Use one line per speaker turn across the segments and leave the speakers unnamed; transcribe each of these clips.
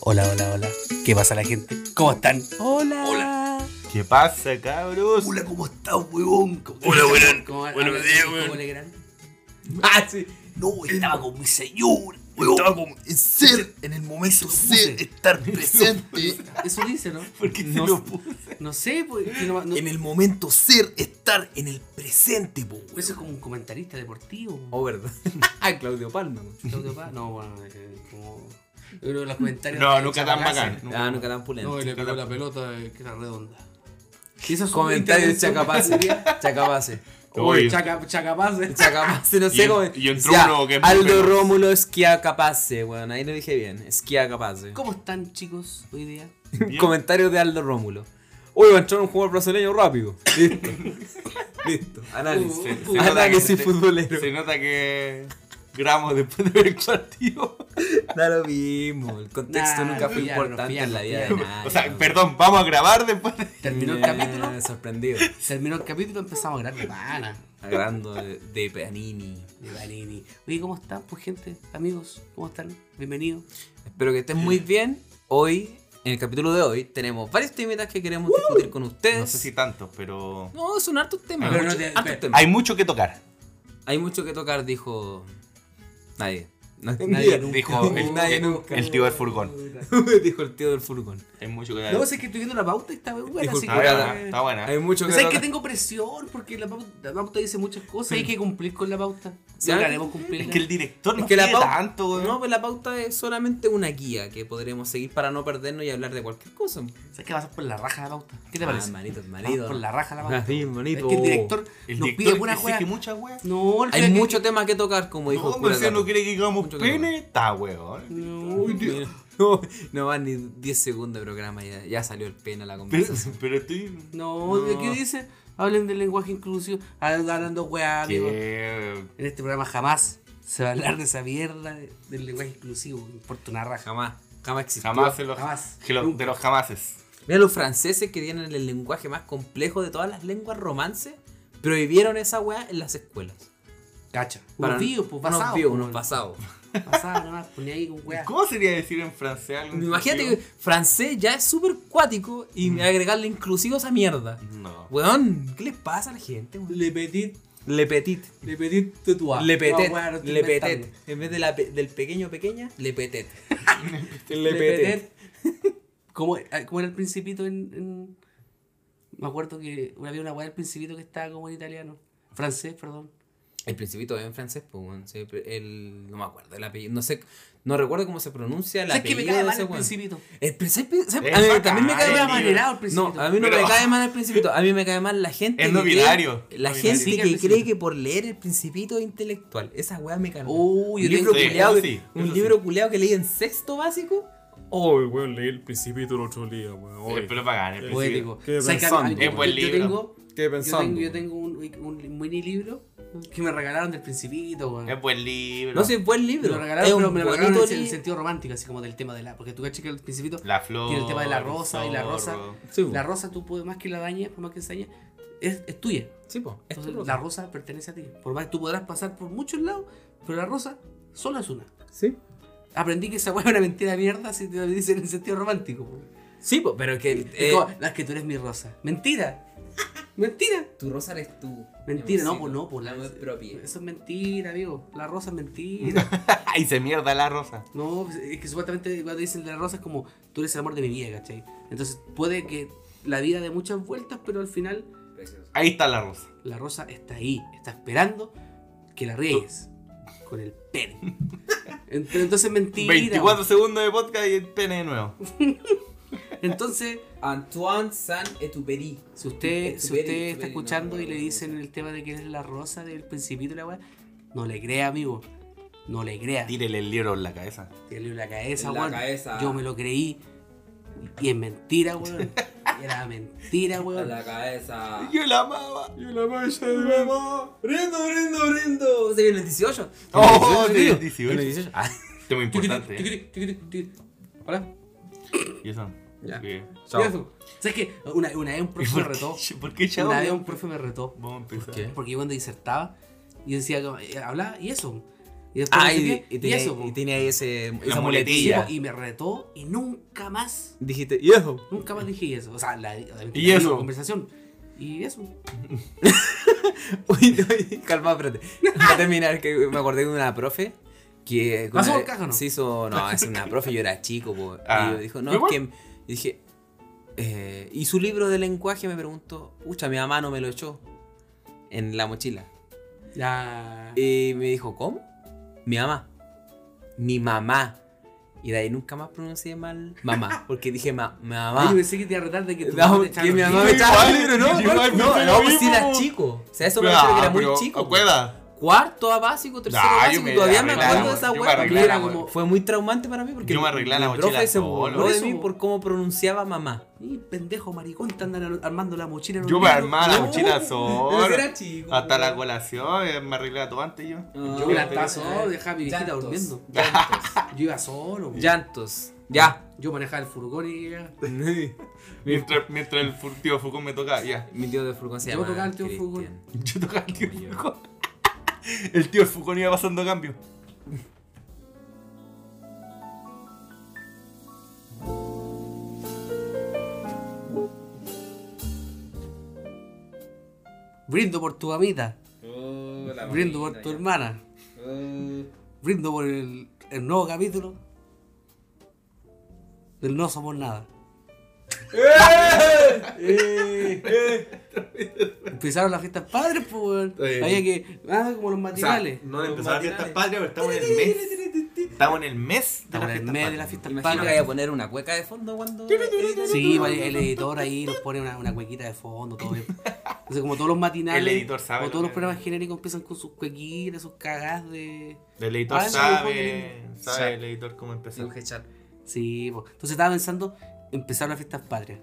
Hola, hola, hola. ¿Qué pasa la gente? ¿Cómo están? Hola. Hola.
¿Qué pasa, cabros?
Hola, ¿cómo estás, huevón? ¿Cómo-
Hola,
¿cómo-
buenas-
cómo-
buenos
habla-
días,
¿cómo
weón.
le gran? Ah, sí. No, estaba con mi señor.
Estaba como
Es ser en el momento ser, estar presente.
Eso dice, ¿no?
Porque se
No-
lo puse.
No sé, pues. que no- no-
En el momento ser, estar en el presente, po, weón.
Eso es como un comentarista deportivo. Ah,
Oh, verdad. Claudio Palma. weón.
Claudio Paz. No, bueno, eh, como. Yo creo que los comentarios.
No, nunca tan
Chapacase.
bacán. Nunca-
Ah, nunca tan pulento.
No, y le pegó la pelota eh, que era redonda. Y eso es un
Comentario de
intervención
Chacapase.
más-
Chacapase.
Oye,
Oye,
chaca, chacapase.
Chacapase, no
Y
sé
en-
cómo.
y entró
Ya,
uno que es muy
Aldo
feo.
Rómulo Esquiacapase, weón. Ahí lo dije bien. Esquiacapase.
¿Cómo están, chicos, hoy día?
Bien.
Comentario de Aldo Rómulo. Uy, va a entrar un jugador brasileño rápido. Listo. Listo. Análisis.
Se- se
nota que
Análisis
se-
futbolero.
se nota que gramos después de ver el partido.
Da lo mismo, el contexto
Nah,
nunca fue
pillaron,
importante
pillaron,
en la vida de
pillaron.
nadie.
O sea, perdón, vamos a grabar después de...
Terminó el
Eh,
capítulo,
Sorprendido.
terminó el capítulo, empezamos a grabar de pana,
Agarrando de, de Panini.
de Panini. Oye, ¿cómo están, pues, gente? Amigos, ¿cómo están? Bienvenidos.
Espero que estés muy bien. Hoy, en el capítulo de hoy, tenemos varios temas que queremos discutir con ustedes.
No sé si tantos, pero...
No, son hartos temas.
Pero no
mucho-
te-
hartos
pero-
temas.
Hay mucho que tocar.
Hay mucho que tocar, dijo. Nadie. Nadie,
Dijo el,
Nadie
el-
nunca.
el tío del furgón.
dijo el tío del furgón.
Hay mucho que
No, sé que estoy viendo la pauta y está buena, así
Disculpa,
que...
Está buena, está buena.
Hay mucho que
Pero ¿Sabes que
tocar.
tengo presión? Porque la pauta, la pauta dice muchas cosas y hay que cumplir con la pauta.
¿Sabes?
No queremos
Es
cumplirla.
que el director
Es
no
que la
quiere
pauta,
tanto, weón.
no, pues la pauta es solamente una guía que podremos seguir para no perdernos y hablar de cualquier cosa.
¿Sabes que vas a por la raja la pauta? ¿Qué te
Ah,
parece?
manito, manito.
Vamos por la raja la pauta.
Así, manito.
Es que el director
Ah, El
nos
director
pide pura
exige
hueá.
mucha wea.
No, el
Hay
que-
mucho tema que tocar, como dijo
No,
el cura
pero si no
Gato.
quiere que digamos
Mucho que
pene, está, weón.
No,
Mira, No, no van ni 10 segundos de programa, ya, ya salió el pena la
Pero,
conversación.
pero estoy...
No, ¿de ¿qué dice? Hablen del lenguaje inclusivo, hablando weá, amigo.
Que-
En este programa jamás se va a hablar de esa mierda de- del lenguaje inclusivo, no importa una raja.
Jamás, jamás existió.
Jamás se los,
jamás.
que los- de los jamases.
Mira los franceses que tienen el lenguaje más complejo de todas las lenguas romances, prohibieron esa weá en las escuelas.
Cacha.
Para-
Unos vivos, pues pasados.
Unos vivos,
pues,
unos pasados.
Pasados nomás, ponía ahí con weá.
¿Cómo sería decir en francés algo?
Imagínate que
inclusivo?
francés ya es súper cuático y
Mm.
agregarle inclusivo a esa mierda.
No.
Weón, ¿qué les pasa a la gente, weón?
Le petit,
Le petit.
le petit tetuá.
Le
No,
petet.
weá, no estoy
le
inventando.
petet. En vez de la pe- del pequeño pequeña, le petet.
Le petet. ¿Cómo, ah, cómo era el principito en, en- Me acuerdo que había una weá del principito que estaba como en italiano. Francés, perdón.
El principito es en francés, pues, weón. Sí, pero el, no me acuerdo el apellido. No sé, no recuerdo cómo se pronuncia el
¿Sabes que
apellido
me cae
de
mal
ese
el
weón.
principito?
El príncipe, ¿sabes?
Es
A mí
bacán,
también me cae
es
Era
mal.
amanerado el
No,
principito.
a mí no
Pero-
me cae mal el principito, a mí me cae mal la gente.
Es
que
no
cree-
binario.
La
No
gente
binario.
que cree que por leer el principito es intelectual. Esa weá me cae mal.
Uy, yo
un libro,
tengo-
Sí,
culeado,
eso
que-
sí,
un
eso
libro culeado que leí en sexto básico. Oh, weón, leí el
Es propaganda, el principio.
poético.
Qué
O sea, que a-
pensando.
yo-
Es buen
yo
libro.
tengo-
¿Qué
Yo tengo, yo tengo un, un mini libro que me regalaron del Principito, weón.
Es buen libro.
No sé, es buen
Me
libro.
lo regalaron,
es un
pero me lo regalaron
bonito
en el
li-
sentido romántico, así como del tema de la. Porque tú caché que el Principito.
La flor.
Tiene el tema de la rosa
el
y la
zorro.
rosa.
Sí, po.
La rosa, tú puedes, más que la dañes, por más que se dañe, es, es tuya.
Sí, po, es tu
Entonces,
rosa.
la rosa pertenece a ti. Por más que tú podrás pasar por muchos lados, pero la rosa solo es una.
Sí.
Aprendí que esa weá es una mentira de mierda si te lo dicen en el sentido romántico. weón.
Sí, po, pero que. eh,
Es como, "No, es que tú eres mi rosa. Mentira. Mentira.
tu rosa eres tú.
Mentira, no,
Amorcito.
pues no, pues la
Amor propio.
Eso es mentira, amigo. La rosa es mentira.
Ay, se mierda la rosa.
no, pues, es que supuestamente cuando dicen de la rosa es como tú eres el amor de mi vida, ¿cachai? Entonces puede que la vida dé muchas vueltas, pero al final
Ahí está la rosa.
la rosa está ahí, está esperando que la riegues con el pene. Ent- Entonces mentira.
24 segundos de podcast y el pene de nuevo.
Entonces,
Antoine Saint-Exupéry.
si usted, si usted
Exupéry, Exupéry,
está
no,
escuchando
no,
y le
no,
dicen
no.
el tema de que eres la rosa del principito y la weá, no le crea, amigo. No le crea.
Tírele el libro en la cabeza.
Te leo la cabeza,
En la
weón.
cabeza.
Yo me lo creí. Y es mentira, weón. Era mentira, weón.
cabeza.
Yo la amaba. Yo la amaba. Yo la amaba.
Brindo, brindo, brindo. Se viene el 18.
Oh, sí,
Se
el
viene
18.
el 18. Ah,
Esto es muy importante. ¿eh?
Hola.
Y eso.
Ya.
¿Qué?
chao.
¿Sabes qué? Una, una vez un
¿Y
profe me
por
retó.
qué- ¿Por qué chavo?
Una vez un profe me retó.
Vamos a empezar. Ah,
¿Por qué?
Porque yo cuando disertaba, yo decía, como, eh, hablaba y eso. Y Y después
Ah,
no sé
y,
qué,
y tenía,
eso, po.
y tenía ahí ese, esa
La
Sí,
muletilla.
muletilla.
po, y me retó y nunca más,
Dijiste, y eso.
nunca más dije eso. O sea, la, obviamente,
Y
la
eso.
conversación. Y eso.
Uy, uy, calma, espérate. Voy a terminar, que me acordé de una profe que.
¿Pasó
una-
por caja o no?
Se hizo. No, es una profe, yo era chico, po, Y
Ah.
yo dijo, no,
Pero
es que. y dije. eh, y su libro de lenguaje me preguntó, pucha, mi mamá no me lo echó en la mochila.
Ya.
Y me dijo, ¿cómo? Mi mamá. Mi mamá. Y de ahí nunca más pronuncié mal mamá, porque dije ma-
Ay,
mamá.
Yo pensé que te iba a retar de que tu mamá
Ah. No,
te echaba
que mi
los
mamá me
libros.
echaba el
Igual,
libro, ¿no?
igual,
No,
pensé
no,
lo
pues si era
mismo.
chico. O sea, eso me refiero
Ah,
que era muy
pero,
chico. po
acuerda.
cuarto a básico, tercero
Nah, yo
básico,
me
y todavía me
arreglaba,
acuerdo de esa
yo me
weá. Para mí era
arreglaba,
como- Fue muy traumante para mí porque
Yo me arreglaba la
mi
mochila
profe se
solo.
burló de
Eso,
mí
po.
por cómo pronunciaba mamá.
Y pendejo maricón, te andan ar- armando la mochila. en un
Yo me
libro.
armaba la
No,
mochila
Pero si
solo.
era chico,
Hasta
po.
la colación, eh, me arreglaba todo antes yo.
Yo
Ah,
la
pero-
estaba solo, dejaba a mi viejita
Llantos,
durmiendo.
llantos.
Yo iba solo. po.
Llantos. Ya.
Yo manejaba el furgón y llegaba.
Mientras, mientras el fu- tío Foucault me tocaba, ya.
Mi tío de furgón se
Yo
llama.
tocaba el tío
Cristian.
Furgón.
Yo tocaba al tío Foucault. El tío Foucault iba pasando cambio.
Brindo por tu amita.
Oh, la
Brindo
mamita,
por tu
ya.
hermana.
Oh,
Brindo por el, el nuevo capítulo. Del No Somos Nada.
Eh,
Empezaron las fiestas padres, pues. weón.
Está bien.
Había que. Ah, como los
O sea,
matinales.
no le empezaba a fiestas patrias, pero estamos en el mes. Estamos en el mes de
Estamos
las
en el mes
fiestas
de
patrias.
las fiestas
Imagino que
patrias.
voy a poner una cueca de fondo cuando. eh,
Sí, va- el editor ahí nos pone una, una cuequita de fondo, todo bien. Entonces, como todos los matinales,
El editor sabe
como
lo
todos
que-
los programas genéricos empiezan con sus cuequitas, sus cagadas de.
El editor
Ah, sí,
sabe, sabe
Sabe.
el editor cómo empezar.
Tengo que echar.
Sí, po. entonces estaba pensando, empezar las fiestas patrias.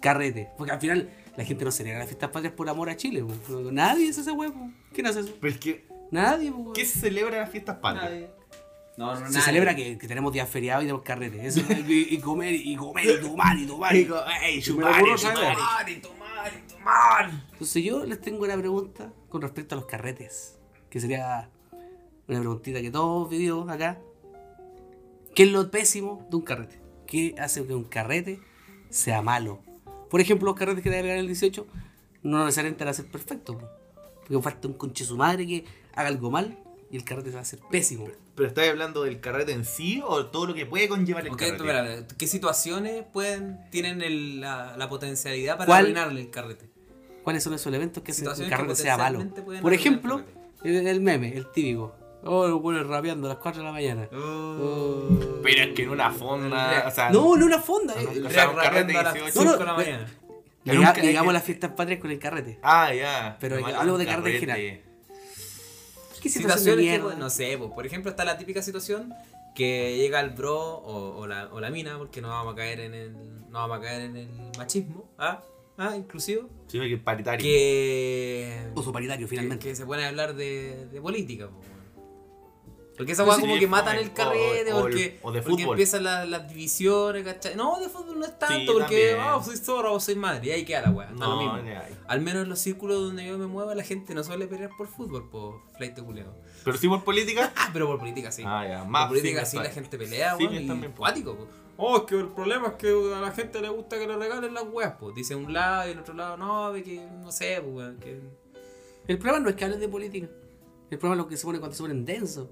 Carrete. Porque al final la gente no celebra las fiestas patrias por amor a Chile, po. Nadie es ese huevo. ¿Quién hace eso?
Pero es que,
Nadie, po.
¿qué se celebra en las fiestas patrias?
No, no,
Se
nadie.
celebra que, que tenemos días feriados y tenemos carrete. Eso, y, y comer, y comer, y tomar, y tomar. y-
¡Ey,
Me
chupar,
aburro,
y chupar!
¿sabes?
Tomar y tomar y tomar.
Entonces yo les tengo una pregunta con respecto a los carretes, que sería una preguntita que todos vivimos acá. ¿Qué es lo pésimo de un carrete? ¿Qué hace que un carrete sea malo? Por ejemplo, los carretes que te agregan el 18 no necesariamente van a ser perfectos. po. Porque falta un conche su madre que haga algo mal y el carrete va a ser pésimo.
¿Pero estás hablando del carrete en sí o todo lo que puede conllevar el
Ok,
carrete?
espera, ¿qué situaciones pueden, tienen el- la, la potencialidad para
¿Cuál?
arruinarle el carrete?
¿Cuáles son esos elementos que hacen que un
Situaciones
carrete
que
sea malo?
potencialmente pueden
Por
arruinar el
ejemplo, el, el meme, el típico. Oh, los buenos rapeando a las 4 de la mañana. Oh.
Pero es que en una fonda, o sea...
No, no una fonda. eh.
O sea, un carrete
a las
18.
cinco
No, no,
de la
bueno.
mañana.
Era
Liga-
un ca-
ligamos las fiestas patrias con el carrete.
Ah, ya.
Pero
Me
hay-
mata
algo de
un
carrete en ¿Qué situación de
Situaciones que,
mierda?
no sé, pues, por ejemplo, está la típica situación que llega el bro o, o la, o la mina, porque no vamos a caer en el, no vamos a caer en el machismo, ¿ah? ¿Ah? Inclusivo.
Sí, que es paritario.
Que,
O su paritario,
que,
finalmente.
que se pone a hablar de, de política, po, weón. Porque esa weá como que matan el carrete,
O- o-
porque,
o de
porque
fútbol.
empiezan la- las divisiones, ¿cachai? No, de fútbol no es tanto, porque
también.
ah, soy zorra o soy madre, y ahí queda la weá, está lo
No,
mismo.
no hay.
Al menos en los círculos donde yo me muevo, la gente no suele pelear por fútbol, por flight de culiao.
Pero sí por política.
Ah, pero por política sí.
Ah, ya. Más
por política
fitness
sí la
todavía.
gente pelea,
Sí,
weón,
bien
y
también, po.
cuático, po. Oh, es que el problema es que a la gente le gusta que le regalen las weas, pues. Dice un lado y el otro lado, no, de que no sé, po, weón, que...
El problema no es que hablen de política. El problema es lo que se pone cuando se ponen denso.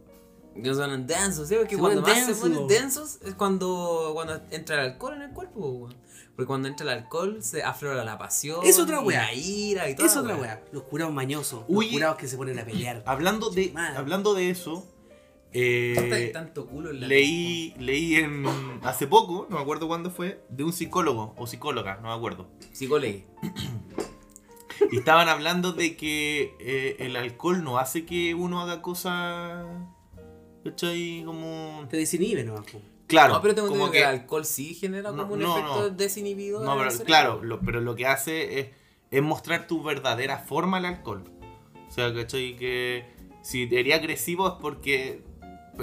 No son densos, ¿sí? Porque
Se
cuando
ponen
más se
densos.
ponen densos es cuando, cuando entra el alcohol en el cuerpo, po, weón. Porque cuando entra el alcohol se aflora la pasión,
Es otra
y
wea.
la ira y todo.
Es otra weá. Los curados mañosos.
Huye.
Los curados que se ponen a pelear.
Hablando de,
Madre.
hablando de eso, eh,
tanto culo en la
leí, leí en, hace poco, no me acuerdo cuándo fue, de un psicólogo o psicóloga, no me acuerdo.
Psicólogo.
Y estaban hablando de que eh, el alcohol no hace que uno haga cosas. ¿Cachai? Como.
Te desinhibe nomás. po.
Claro.
No, Ah, pero tengo
como
entendido que, el alcohol sí genera
No,
como un
no,
efecto
no.
desinhibidor.
No,
en el
pero,
cerebro.
claro, lo- pero lo que hace es, es mostrar tu verdadera forma al alcohol. O sea, ¿cachai? Que si eres agresivo es porque.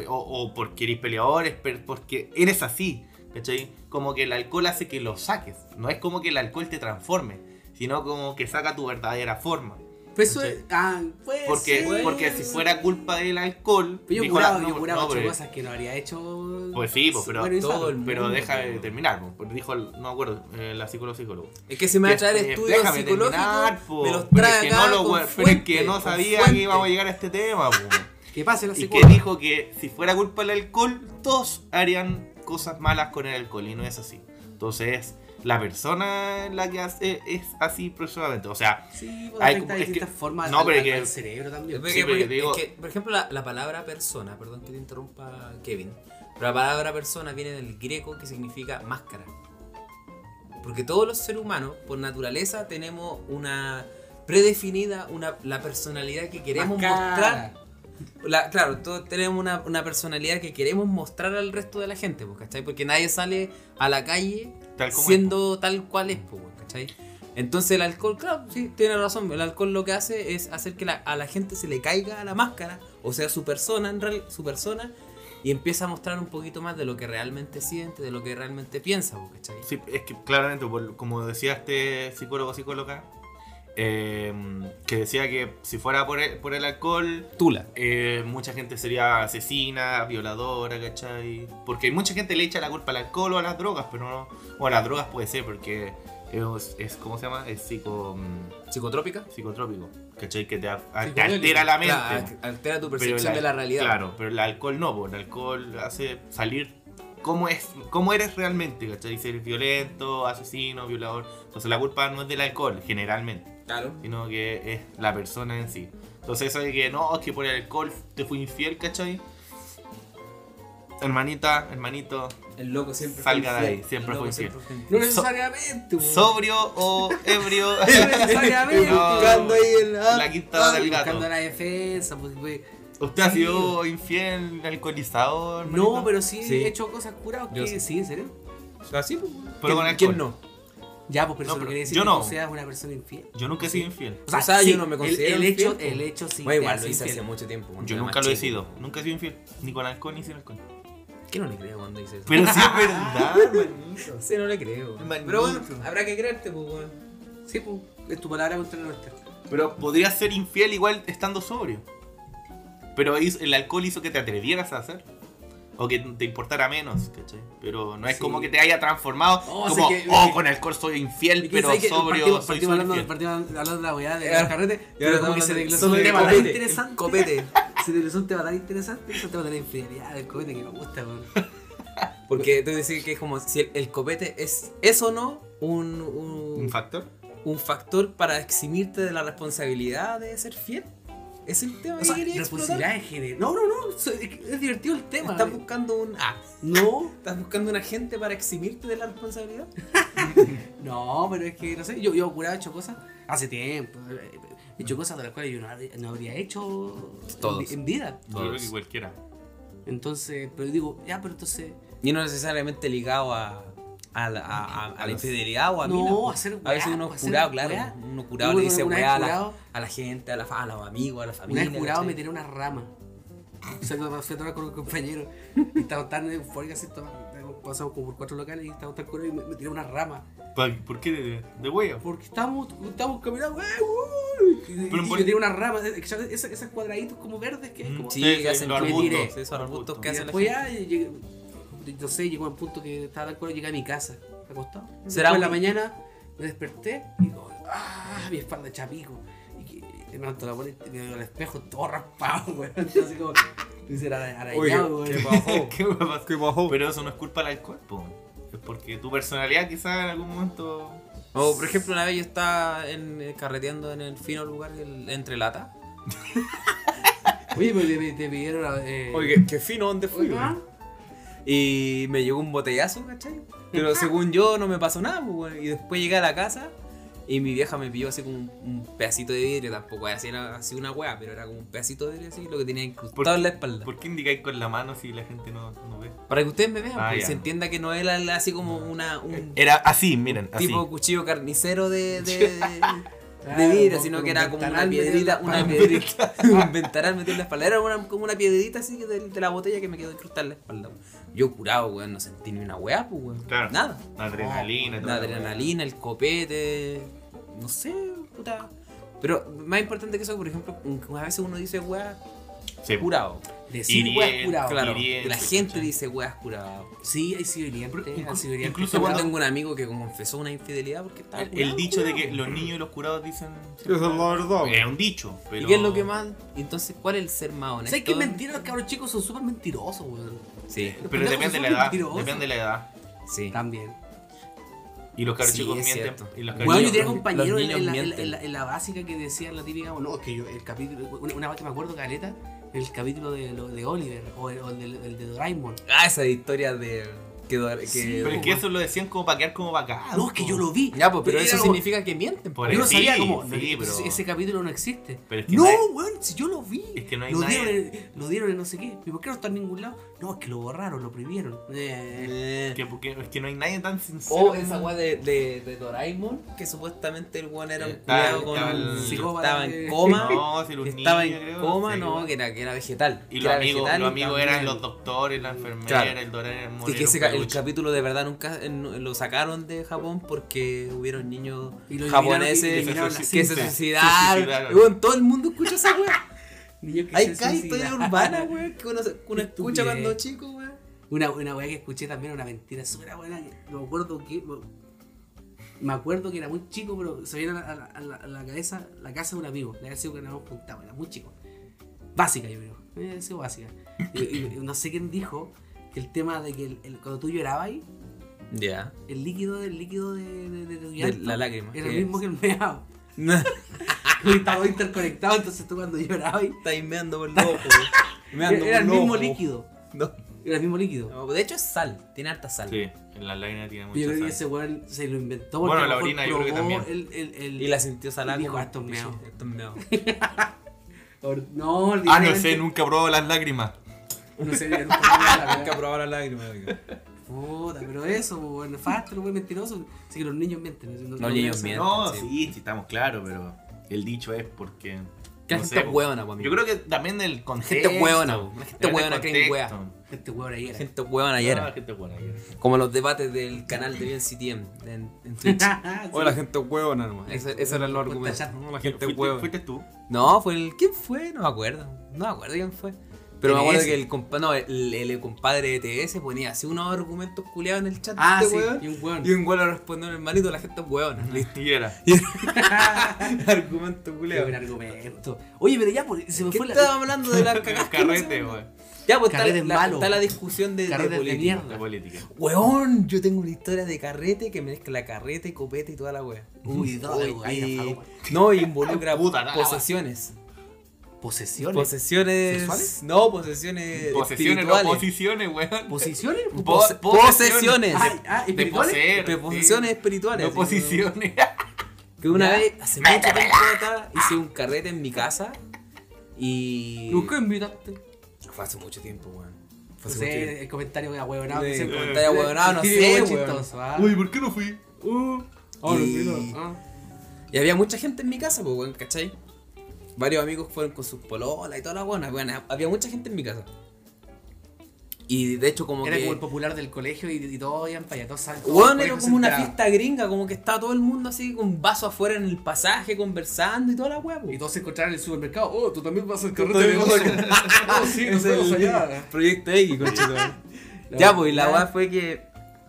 O, o porque eres peleador, es per- porque eres así. ¿Cachai? Como que el alcohol hace que lo saques. No es como que el alcohol te transforme, sino como que saca tu verdadera forma.
Pero eso es.
¿Cachai?
Ah, pues.
Porque,
Sí.
porque si fuera culpa del alcohol.
Pero yo
dijo la-
curaba,
no,
yo curaba
no,
ocho
pero-
cosas que no habría hecho.
Pues sí, pues, pero-
Bueno,
todo
Insano.
el-
Pero
mundo,
deja de
pero-
terminar, po, porque dijo, el- no me acuerdo, eh, la psicóloga psicólogo.
Es que se me va a
Que-
traer
eh,
estudios
déjame
psicológicos.
terminar, po,
me los
pero
trae
es que
acá
no lo-
con
pero es
fuente,
que no
con
sabía que
fuente.
íbamos a llegar a este tema, po.
Que pase la
Y que
secuela.
dijo que si fuera culpa del alcohol, todos harían cosas malas con el alcohol, y no es así. Entonces, la persona la que hace es así aproximadamente. O sea,
Sí, pues afecta
Hay
de
como- es que-
distintas formas
no,
al-
pero
al,
que-
al cerebro también.
Porque,
Sí, pero
porque-
yo digo-
es que, por ejemplo, la, la palabra persona, perdón que te interrumpa Kevin, pero la palabra persona viene del griego que significa máscara. Porque todos los seres humanos, por naturaleza, tenemos una predefinida, una, la personalidad que queremos mostrar. La- claro, todos tenemos una, una personalidad que queremos mostrar al resto de la gente, pues, ¿cachai? Porque nadie sale a la calle
tal como.
siendo tal cual es, pues, weón, ¿cachai? Entonces el alcohol, claro, sí, tiene razón. El alcohol lo que hace es hacer que la- a la gente se le caiga la máscara, o sea, su persona, en real- su persona, y empieza a mostrar un poquito más de lo que realmente siente, de lo que realmente piensa, pues, ¿cachai?
Sí, es que claramente, por- como decía este psicólogo psicóloga, eh, que decía que si fuera por el, por el alcohol,
Tula.
eh, mucha gente sería asesina, violadora, ¿cachai? Porque mucha gente le echa la culpa al alcohol o a las drogas, pero no. O a las drogas puede ser, porque es, es- ¿cómo se llama? Es psico, mm,
Psicotrópica.
psicotrópico, ¿cachai? Que te, a- a- te
Psicodélico.
altera la mente.
Claro, ah, altera tu
Pero el
percepción de
al-
la realidad.
Claro, pero el alcohol no, porque el alcohol hace salir cómo, es, cómo eres realmente, ¿cachai? Ser violento, asesino, violador. Entonces la culpa no es del alcohol, generalmente,
Claro.
sino que es la persona en sí. Entonces eso de que no, es que por el alcohol te fui infiel, ¿cachai? Hermanita, hermanito,
El loco siempre
Salga de ahí, siempre
El loco
fue infiel.
siempre fue
No
infiel.
necesariamente, weón.
sobrio o ebrio.
No necesariamente.
No,
Buscando ahí el-
ah,
la quinta del gato.
Buscando la defensa, pues, güey.
¿Usted ha sido infiel, alcoholizado? hermanito?
No, pero sí,
Sí.
he hecho cosas curadas
Yo
que
sí.
sí, en serio.
Así, pues.
Pero con
¿Quién-
alcohol.
¿Quién no?
Ya, pues, pero eso no
No, pero
quiere decir
yo
que
no.
tú seas una persona infiel.
Yo nunca he sido infiel.
O sea, yo no me
el-
considero
el, hecho, El
infiel, pues.
hecho sí.
Bueno,
te
igual
hace
lo hice hace
infiel.
mucho tiempo. cuando
Yo
era
nunca
más
lo he
chico.
sido, nunca he sido infiel, ni con alcohol ni sin alcohol.
¿Qué no le creo cuando dice eso?
Pero sí es verdad, manito.
Sí, no le creo.
Manito.
Pero bueno, habrá que creerte, pues, weón.
Sí, pues, es tu palabra contra la nuestra.
Pero podrías ser infiel igual estando sobrio. Pero hizo- el alcohol hizo que te atrevieras a hacer. O que te importara menos, ¿cachai? Pero no es
Sí.
como que te haya transformado.
No, o sea
como,
que-
oh, con alcohol soy infiel,
Y que
pero
sabes que partimos-
sobrio soy
partimos
súper
hablando,
infiel.
partimos hablando de la weá de
Ahora-
los carretes, pero como que se desglosó
solo
un
de
tema tan
copete,
interesante.
Copete.
Se desglosó un tema tan interesante, es el tema de la infidelidad, del copete que me gusta, weón.
Porque tú decís que es como si el, el copete es, es o no un, un,
¿Un factor?
un factor para eximirte de la responsabilidad de ser fiel. Es el tema
O sea,
que quería explotar.
responsabilidad en general. No, no, no, so- es que es divertido el tema. eh.
Estás buscando un. Ah,
No,
estás buscando un agente para eximirte de la responsabilidad.
no, pero es que, no sé, yo, yo curado he hecho cosas hace tiempo. eh, He hecho cosas de las cuales yo no, habría- no habría hecho en
Todos.
vi- en, vida.
Yo creo que cualquiera.
Entonces, pero digo, ya, pero entonces,
Y no necesariamente ligado a. A la, a- a- a la
los-
infidelidad o a
No,
mina, pues.
hacer
A veces
weá,
uno
hacer
curado, claro.
weá.
Uno curado
Yo
le dice
una vez
weá a la,
curado-
a la gente, a, la, fa- a los amigos, a la familia.
una vez curado
¿cachai?
me tiré una rama. O sea, cuando fui a tomar con un compañero, y estaba tan eufórica, así, estaba- pasamos como por cuatro locales y estaba tan curado y me, me tiré una rama.
Pa- ¿Por qué de, de huella?
Porque estábamos, estábamos caminando, ¡eh, uh! y, y
Pero
yo
por-
tiré una rama, es- es- esas- esos cuadraditos como verdes que hay, como
Mm, Sí,
Sí,
que
sí,
hacen
los
que
arbustos.
tire, esos eh, arbustos que
Y
hacen la
después
gente.
ya eh, llegué, no sé, llegó al punto que estaba tan curado, llegué a mi casa, acostado.
¿Será
Después en la
un-
mañana me desperté y digo, ¡ah! Mi espalda chapico. Y que me levanto la bola y me veo el espejo todo raspado, güey. Así como, dice, ara- arañado, güey.
¿Qué me pasó? Pero eso no es culpa del cuerpo. Es porque tu personalidad quizás en algún momento...
O por ejemplo, una vez yo estaba en, eh, carreteando en el fino lugar del- entre lata.
Oye, pero te, te pidieron. Eh, ¿Ah?
qué fino donde
oiga,
Y me llegó un botellazo, ¿cachai? Pero según yo no me pasó nada, pues, weón. Y después llegué a la casa y mi vieja me pilló así como un, un pedacito de vidrio. Tampoco era así, era así una weá, pero era como un pedacito de vidrio así, lo que tenía
¿Por
incrustado
qué-
en la espalda.
¿Por qué indicáis con la mano si la gente no, no ve?
Para que ustedes me vean,
Ah,
pues, y
ya.
se entienda que no era así como una,
Mm.
un
Era así, miren, así.
tipo cuchillo carnicero de, de, de
Claro,
vidrio,
con-
sino
con
que
un
era como una
ventanal metido en
piedrita,
la
una
espalda.
piedrita, un ventanal metido en la espalda, era una- como una piedrita así de, de la botella que me quedó incrustada en la espalda. Yo curado, weón, no sentí ni una weá, pues, weón.
Claro.
Nada.
Adrenalina,
La adrenalina, el copete, no sé, puta. Pero más importante que eso, por ejemplo, un- a veces uno dice weá
Sí.
curado.
Decir
Hiriente,
weas curado.
Claro,
hiriente,
la gente
¿cachai?
dice weas curado.
Sí, hay sido hiriente.
Inclu-
Han sido hirientes
incluso
Yo
cuando-
curados.
tengo un amigo que confesó una infidelidad porque estaba
Ah, El,
curado,
el dicho de que
curado.
los niños y los curados dicen.
es la verdad.
Es un dicho, pero.
¿Y qué es lo que más? Entonces, ¿cuál es el ser más honesto?
¿Sabes qué mentira? Los cabros chicos son súper mentirosos, weón.
Sí,
Los
Pero
pendejos
depende de
son
la edad.
mentirosos.
Depende de la edad.
sí.
También.
Y los cabros
Sí,
chicos
es
mienten.
cierto.
Y los
Pero
Bueno, yo
niños-
tenía compañeros
los
en,
niños
en la, en la-
mienten.
en la- en la básica que decían la típica, o no, es que yo, el capítulo, una, una vez que me acuerdo, Caleta, el capítulo de, lo- de Oliver, o el, o el del- el de Doraemon.
Ah, esa historia de. Que, do- que-
Sí,
Pero es que eso lo decían como para quedar como bacán.
No, es que yo lo vi.
Ya, pues, pero
Era
eso
como-
significa que mienten.
Por
Yo no
sí,
sabía cómo. no,
sí, pero-
ese, ese capítulo no existe.
Pero es que
no,
nadie-
Oh, weón, si yo lo vi.
Es que no hay
lo,
nadie-
dieron en, lo dieron en no sé qué. ¿Y por qué no está en ningún lado? No, es que lo borraron, lo prohibieron. Eh,
Que, porque, es que no hay nadie tan sincero.
O Oh, esa weá de, de, de Doraemon, que supuestamente el weón era un
Estaba-
culiao con.
estaba el-
Estaba en
psicópata.
coma.
No, si era un
estaba
niño,
en
creo,
coma,
sí,
no,
igual.
que era, que era vegetal. que
Y los
era
amigos,
vegetal
los
y
amigos
también-
eran los doctores, la enfermera,
Claro.
el dorero, el
Y que ese ca-
monero,
el
peluche.
capítulo de verdad nunca eh, no- lo sacaron de Japón porque hubieron niños
Y lo
japoneses
eliminaron
y- y
que
eliminaron
se
la cinta. Se
suicidaron.
suicidaron.
Y, bueno, todo el mundo escucha esa weá.
niños que
Hay
se
cada historia
suicidaron.
urbana, weón, que uno, se- uno escucha
Estupidez.
cuando chico, weón.
Una, una weá que escuché también, una mentira súper buena. que Me acuerdo que. Me acuerdo que era muy chico, pero se viene a la, a la- a la- a la cabeza la casa de un amigo. La casa que nos habíamos juntado, era muy chico. Básica, yo creo. Había sido básica. Y, y- y no sé quién dijo que el tema de que el- el- cuando tú llorabas,
Ya.
el líquido, el líquido de, de- de tu
De
llanto
la lágrima,
era el
que
mismo que el meado.
Está
Estaba interconectado, entonces tú cuando llorabas,
meando por el ojo, weón. Meando
era el
por
mismo
ojo.
líquido.
No.
Era el mismo líquido.
No, De hecho es sal, tiene harta sal.
Sí, en la lágrima tiene
Yo creo que
mucha
ese
sal.
weón se lo inventó porque
Bueno,
a lo
la
mejor
orina yo creo que
probó
también.
El, el, el-
Y la sintió salada.
Dijo,
como-
"Ah, esto es meao".
Esto es meao.
or- No,
Ah, no sé,
literalmente-
nunca probó las lágrimas.
No sé, era un problema, la
Nunca
verdad.
probaba la lágrima. weón.
Puta, pero eso, bueno, fasto, weón, mentiroso. Así que los niños mienten.
Los niños mienten.
No,
sí.
sí, sí, estamos claros, pero el dicho es porque.
Que la
no
gente
sé,
es hueona, po, amigo.
Yo creo que también del contexto.
Gente hueona, po. La gente
también
hueona
del
creen
contexto.
hueá.
Este weón ahí era.
Gente hueona ayer.
Ah, gente hueona, ayer.
Como los debates del canal de BNCTM en, en Twitch.
Sí.
Oye, gente huevona nomás. Ese, ese era el argumento.
Puta,
No, la gente
Fuiste-
huevona.
Fuiste tú.
No, fue el. ¿Quién fue? No me acuerdo. No me acuerdo quién fue. Pero me acuerdo
TS.
que el, compa no, el, el compadre de TS ponía así unos argumentos culeados en el chat. de
Ah,
este
sí,
weón.
y un weón.
Y un güey le respondió hermanito, la gente es huevona. Listo.
Y era.
Argumento
Qué buen
culeado.
argumento. Oye, pero ya por- se me
¿Qué
fue la.
estábamos hablando de las cagadas? que
Carrete,
pasaban?
weón.
Ya, pues está,
Carretes
la,
malos.
está la discusión de, de
Carretes de
política.
mierda.
La política.
Weón, yo tengo una historia de carrete que mezcla carrete, copete y toda la wea.
Uy, no,
Uy,
weón, ahí
y-
la falopa.
no, y involucra
Puta, la-
posesiones.
Posesiones.
Posesiones.
¿Sexuales?
No, posesiones.
Posesiones, no
espirituales.
posiciones, weón.
¿Posiciones?
Po-
Pose- posesiones.
Ah, ah,
De
¿espirituales?
poseer.
Pe- posesiones
sí.
espirituales.
No
así,
posiciones.
Que una
Ya.
vez, hace mucho tiempo atrás, hice un carrete en mi casa. Y.
¿Nunca invitaste?
Fue hace mucho tiempo, weón. Fue
No
hace mucho tiempo.
sé, el comentario de ahueonado que
Sí,
se
el
encontró.
comentario ahueonado, no
Sí,
sé,
muy
weón.
chistoso, ah.
Uy, ¿por qué no fui?
Uh,
Y-
Ah.
Y había mucha gente en mi casa, pues, weón, ¿cachai? Varios amigos fueron con sus pololas y toda la buena, weón. Había mucha gente en mi casa. Y de hecho, como
Era
que.
como el popular del colegio y, y todos iban para allá, todos saben. todo
Weón,
el
era
colegio
como una
se enteraba.
fiesta gringa, como que estaba todo el mundo así con vaso afuera en el pasaje, conversando y toda la weá, po.
Y todos se encontraron en el supermercado. Oh, tú también vas al carrete de gozo. Oh, sí, nos
Es
vemos
el
allá.
Proyecto X, conchetumare. Ya, pues, y la weá fue que,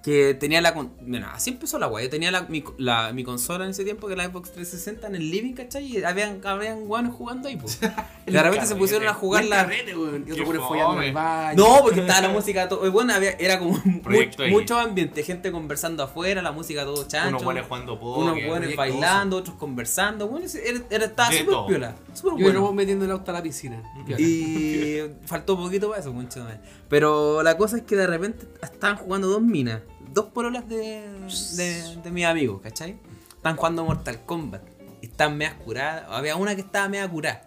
que tenía la. con- Bueno, así empezó la weá. Yo tenía la, mi, la- mi consola en ese tiempo, que era la Xbox 360, en el living, ¿cachai? Y habían, habían guanos jugando ahí, pues. Y de repente se pusieron a jugar
Buen
la.
carrete, weón. Y
Qué
otro pone follando en el
fome.
baño.
No, pues, porque estaba la música todo. Bueno, había, era como mu-
Proyecto X.
mucho ambiente, gente conversando afuera, la música todo chancho.
Unos buenos jugando póker.
unos buenos
qué
bailando, otros conversando. Bueno, ese- era, era- estaba
De
súper
todo.
piola. Súper
Yo
bueno.
me voy metiendo el auto a la piscina.
Y faltó poquito para eso, concha de madre. Pero la cosa es que de repente estaban jugando dos minas, dos pololas de, de, de mis amigos, ¿cachai? Están jugando Mortal Kombat. Y están meas curadas. Había una que estaba media curada.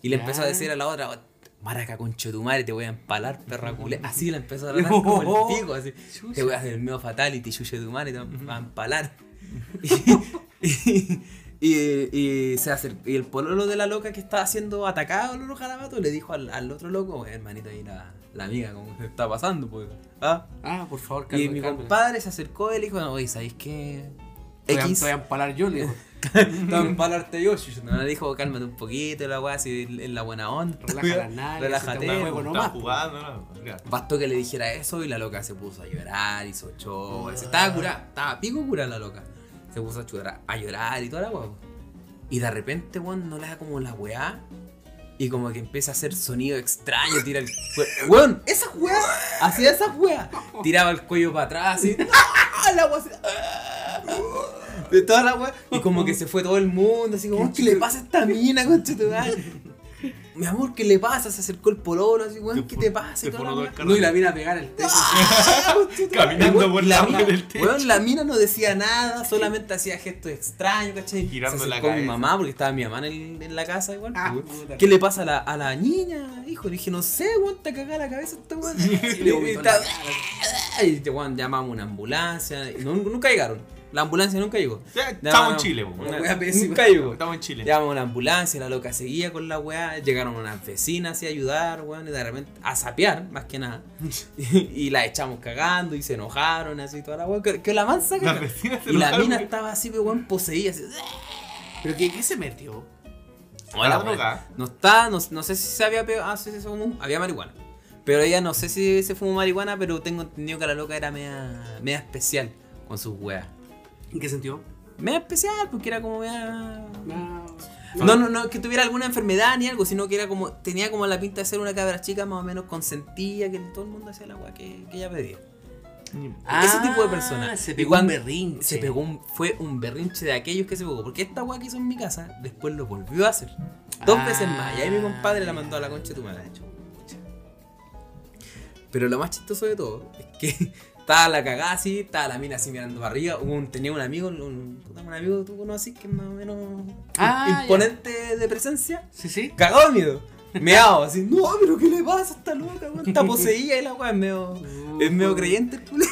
Y le
Ya.
empezó a decir a la otra, "Oh, Maraca concho tu madre, te voy a empalar, perra culé. Así la empezó a tratar como el pico, así.
Chucha.
Te voy a hacer el medio fatality, chuche tu madre, te va a empalar. Y- y, y- y se acer- y el pololo de la loca que estaba siendo atacado, el otro garabato, le dijo al, al otro loco, "Oye, hermanito, ahí la, la amiga, ¿cómo se está pasando? Pues? ¿Ah?
Ah, por favor,
Y
Carlos,
mi
Carlos.
compadre se acercó y le dijo, oye, ¿sabéis qué?
Te voy a- Te
X,
voy a empalar yo, le digo.
Tan palarte yo. si Mi mamá dijo, cálmate un poquito, la weá, si es la buena onda.
Relaja las nalgas,
Relájate,
siente un juego
Está
nomás, po.
jugando, no, no, ya.
Bastó que le dijera eso y la loca se puso a llorar, hizo show. se Estaba curada, estaba pico curada la loca. Se puso a llorar, a llorar y toda la weá. Y de repente, weón, no le da como la weá. Y como que empieza a hacer sonido extraño, tira el cuello. Weón, esas weas, hacía esas weas. Tiraba el cuello para atrás y. ¡Ah! La wea así, ¡ah! De toda la wea. Y como que se fue todo el mundo, así como, ¿qué le pasa a esta mina, conchetumadre? Mi amor, ¿qué le pasa? Se acercó el pololo, así, weón,
Te
¿qué
pu-
te pasa?
te
Y toda la
puso todo
wea.
el
No, y la mina a pegar el techo.
Caminando
Weón,
por
la
la
mina,
rama del techo.
weón, la mina no decía nada, solamente hacía gestos extraños, ¿cachai?
Girando
Se
la
acercó mi
cabeza.
mamá, porque estaba mi mamá en, el- en la casa igual.
Ah,
pues, weón.
puta.
¿Qué le pasa a la, a la niña? Hijo, le dije, no sé, weón, está cagada la cabeza esta weón. Y
le
le-
vomitó
y
en
está-
la
y este weón llamamos una ambulancia. y no- nunca llegaron. La ambulancia nunca llegó.
Ya,
No,
Estamos
no,
en Chile, po.
Una wea pésima.
Nunca llegó.
Estamos en Chile.
Llamamos a la ambulancia, la loca seguía con la weá. Llegaron unas vecinas así a ayudar, weón, y de repente a sapear, más que nada. y la echamos cagando y se enojaron, así toda la weá. Que, que la mansa
Las
cagada.
vecinas se
Y la
enojaron,
mina
weón.
estaba así, pero weón, poseída. Así,
¿Pero qué, qué se metió?
Hola,
weón.
abogada.
No está, no, no sé si se había pegado. Ah, sí, sí, se fumó. Había marihuana. Pero ella no sé si se fumó marihuana, pero tengo entendido que la loca era media, media especial con sus weas.
¿En qué sentido?
Media especial, porque era como media.
No.
No, no, no, que tuviera alguna enfermedad ni algo, sino que era como, tenía como la pinta de ser una cabra chica más o menos consentida, que todo el mundo hacía la agua que, que ella pedía. Ese tipo de persona.
Ah, Se
Y
pegó
cuando-
un berrinche.
Se pegó un- fue un berrinche de aquellos que se pegó, porque esta agua que hizo en mi casa, después lo volvió a hacer. Dos
Ah,
veces más, y ahí mi compadre la
ya.
mandó a la concha de tu
Ah,
madre. Pero lo más chistoso de todo es que estaba la cagada así, estaba la mina así mirando para arriba. Hubo un- tenía un amigo, un, un amigo que tú conoces que es más o menos
Ah, ya.
imponente de presencia
Sí, sí.
cagado de miedo. Meado, así, no, pero ¿qué le pasa a esta loca, weón? Está poseída y la weá es medio, es medio creyente el culo.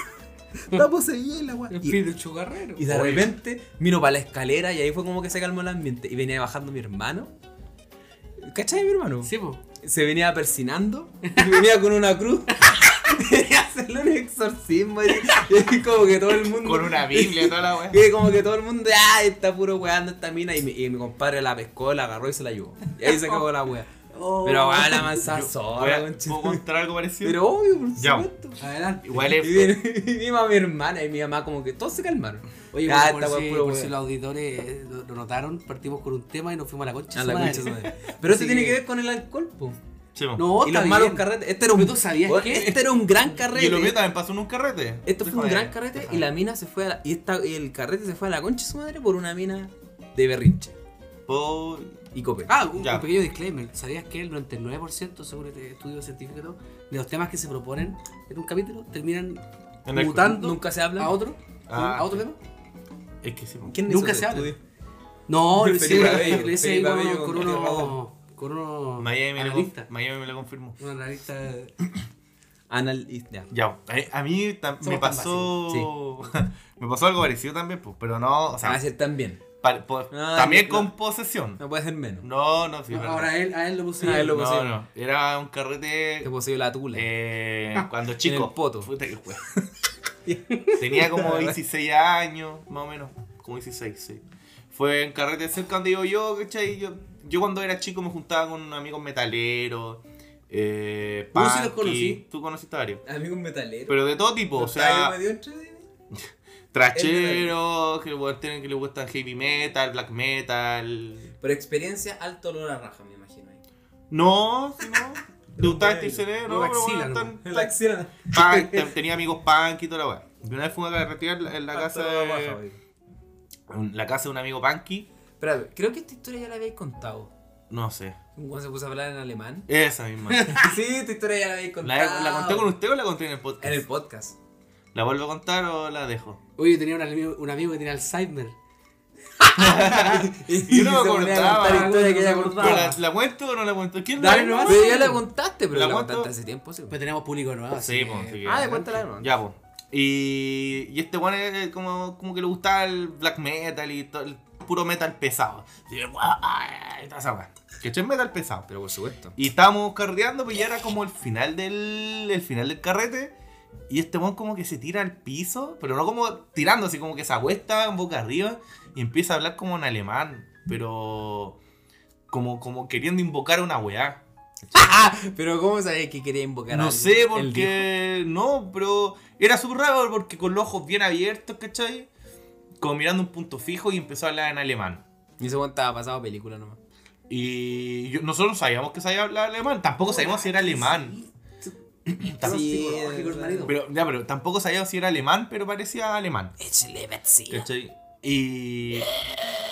Está poseída y la weá. Y,
Espíritu chugarrero.
y de repente miro para la escalera y ahí fue como que se calmó el ambiente. Y venía bajando mi hermano. ¿Cachai mi hermano?
Sí, po.
Se venía persinando, y venía con una cruz. venía a hacerle un exorcismo y, y como que todo el mundo.
Con una Biblia, toda la wea.
Y como que todo el mundo, ah, está puro weando esta mina. Y mi, y mi compadre la pescó, la agarró y se la llevó. Y ahí se cagó la wea. Oh.
Oh.
Pero ah. weón, la mansa
Voy
sola,
a-
conche.
¿Puedo contar algo parecido?
Pero obvio, por
Ya.
supuesto.
Adelante.
Igual
Y
es.
viene- y vino a mi hermana y mi mamá, como que todos se calmaron.
Oye,
Ya,
pues, por,
esta
por
wea
si,
es puro
por
wea.
si los auditores eh, lo, lo notaron, partimos con un tema y nos fuimos a la concha.
A
de
la
su
concha
madre.
su madre. Pero esto
Sí.
tiene que ver con el alcohol, po.
Che, po.
No,
y
está
los malos
bien.
carretes. Este era un,
Pero tú sabías
weón,
que-
este era un gran carrete.
Y lo mío también pasó en un carrete. "Eh,
Esto fue un
Déjame-
gran carrete y la mina se fue a la, y, esta, y el carrete se fue a la concha de su madre por una mina de berrinche
Po-
y copete.
Ah, un,
Ya.
un pequeño disclaimer. ¿Sabías que el 99% según este estudio científico y todo, de los temas que se proponen en un capítulo terminan
En el-
mutando
Nunca se habla.
a otro?
Ah.
¿A otro tema?
Es que sí, po.
¿Quién
Nunca
hizo
se
el
habla.
estudio?
No, lo hice
Felipe Abello,
lo hice ahí
Felipe
con
Abello
con
con Mario
uno. Con uno.
Miami me, lo,
analista.
con- Miami me lo confirmó.
Un analista.
Anal y- ya.
Ya, a, a mí tam-
Somos
me pasó. me pasó algo parecido también, pues, pero no. O
Se va a
sea,
hacer tan bien.
pa- po-
Ah,
también
no.
con posesión.
No puede ser menos.
No, no, sí,
No,
verdad.
ahora a él, a él lo puse.
Ah, él lo-
no,
posee.
no. Era un carrete.
Te posee la tula.
eh,
Ah,
cuando chico.
el poto.
Puta que fue. Tenía como 16 años, más o menos. Como 16, sí. Fue en carrete cerca donde vivo yo, ¿cachai? Yo, yo cuando era chico me juntaba con amigos metaleros. Eh,
Yo sí los
punky.
conocí.
Tú conociste a varios.
Amigo un metalero.
Pero de todo tipo, o sea.
me dio entre-
Tracheros, que bueno, tienen que les gusta heavy metal, black metal.
Por experiencia, alto olor a raja, me imagino. ahí.
No, si no. ¿Te gustaba este
no,
cerebro?
la axila,
tan-
La acción.
punk, te- tenía amigos punk y toda la weá. Y una vez fui a carretear la- en la
Alto
casa
olor a raja,
de.
oye.
en La casa de un amigo punky.
Espérate, creo que esta historia ya la habéis contado.
No sé.
Un weón se puso a hablar en alemán.
Esa misma.
sí, esta historia ya la habéis contado.
¿La, la conté con usted o la conté en el podcast?
En el podcast.
¿La vuelvo a contar o la dejo?
Oye, yo tenía un amigo, un amigo que tenía Alzheimer.
Y yo no
se ponía
me
a
acordaba,
contar
weón,
historia
no
que
me
ya
acordaba.
¿Pero
contaba.
la, la cuento o no la cuento? ¿Quién la
Dale
cuenta?
nomás.
Pero ya la contaste, pero
¿La
la
cuento?
contaste hace tiempo, sí.
Pero Pues tenemos público nuevo.
Sí,
así
pues.
que-
así que-
Ah, de cuéntala, hermano.
Ya, pues. Y, y este weón es como, como que le gustaba el black metal y todo, el puro metal pesado. Y, yo, "Guau, ay", y toda esa weá. Que esto es metal pesado.
Pero por supuesto.
Y estábamos carreteando, pues ya era como el final del el final del carrete. Y este weón como que se tira al piso, pero no como tirándose, como que se acuesta boca arriba y empieza a hablar como en alemán, pero como, como queriendo invocar a una weá.
Ah, Pero ¿cómo sabes que quería invocar a
No
alguien?
sé,
Él
porque. No, pero. Era súper raro porque con los ojos bien abiertos, ¿cachai? Como mirando un punto fijo y empezó a hablar en alemán.
dijo. Y ese weón estaba pasado película nomás.
Y yo- nosotros sabíamos que sabía hablar alemán, tampoco sabíamos si era alemán. Tampoco-
Sí,
psicológico,
hermanito.
Pero, ya, pero tampoco sabíamos si era alemán, pero parecía alemán.
Échale, Betsy.
¿Cachai? Y,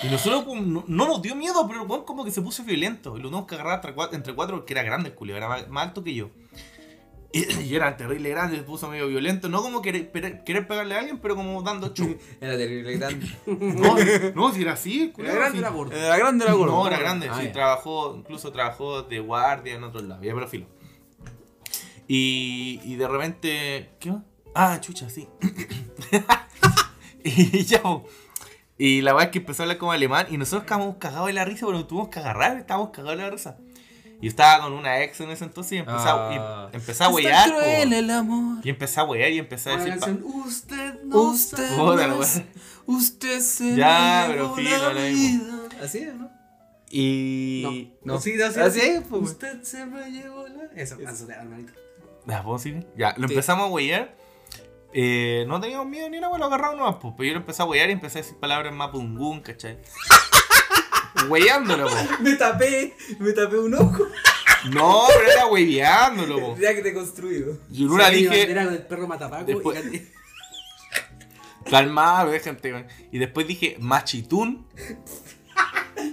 y nosotros como, no, no nos dio miedo, pero el weón como que se puso violento. Y lo tuvimos que agarrar entre cuatro, entre cuatro porque era grande el culio, era más, más alto que yo. Y, y era terrible grande, se puso medio violento. No como querer, pe- querer pegarle a alguien, pero como dando chu.
Era terrible grande.
No, no, si era así, el culiao,
Era grande,
sí.
era gordo.
Era grande, era gordo.
No, era grande,
Ah,
sí,
ya.
trabajó, incluso trabajó de guardia en otro lado, ya pero filo. Y, y de repente, ¿qué más? Ah, chucha, sí. y ya, po. y la verdad es que empezó a hablar como alemán y nosotros estábamos cagados de la risa, pero nos tuvimos que agarrar, estábamos cagados de la risa. Y estaba con una ex en ese entonces y empezaba
Ah.
y empezaba a
Es tan
huear. po.
cruel el amor.
Y empezaba a huear y empezaba a
Una
decir... pa-
canción, usted no
usted,
sabe".
Puta,
no
la
es- usted se
Ya,
me llevó
pero filo,
la
lo mismo.
vida. Así es, ¿no?
Y...
No.
Sí, no, sí,
Así
sí.
es, pues.
Usted se me llevó la. Eso, eso, hermanito.
¿La puedo seguir? Ya, lo
Sí.
empezamos a huellar. Eh, no teníamos miedo ni nada, bueno, lo agarramos nomás, pues. Pero yo lo empecé a huellar y empecé a decir palabras más pungún, ¿cachai? Huellándolo, pues.
Me tapé, me tapé un ojo.
No, pero era hueveándolo, po.
Ya que te he construido.
Yo en una
Saqué mi
dije,
bandera del perro matapaco
Después-
y gané.
calmado, déjate, weón. Y después dije, machitún.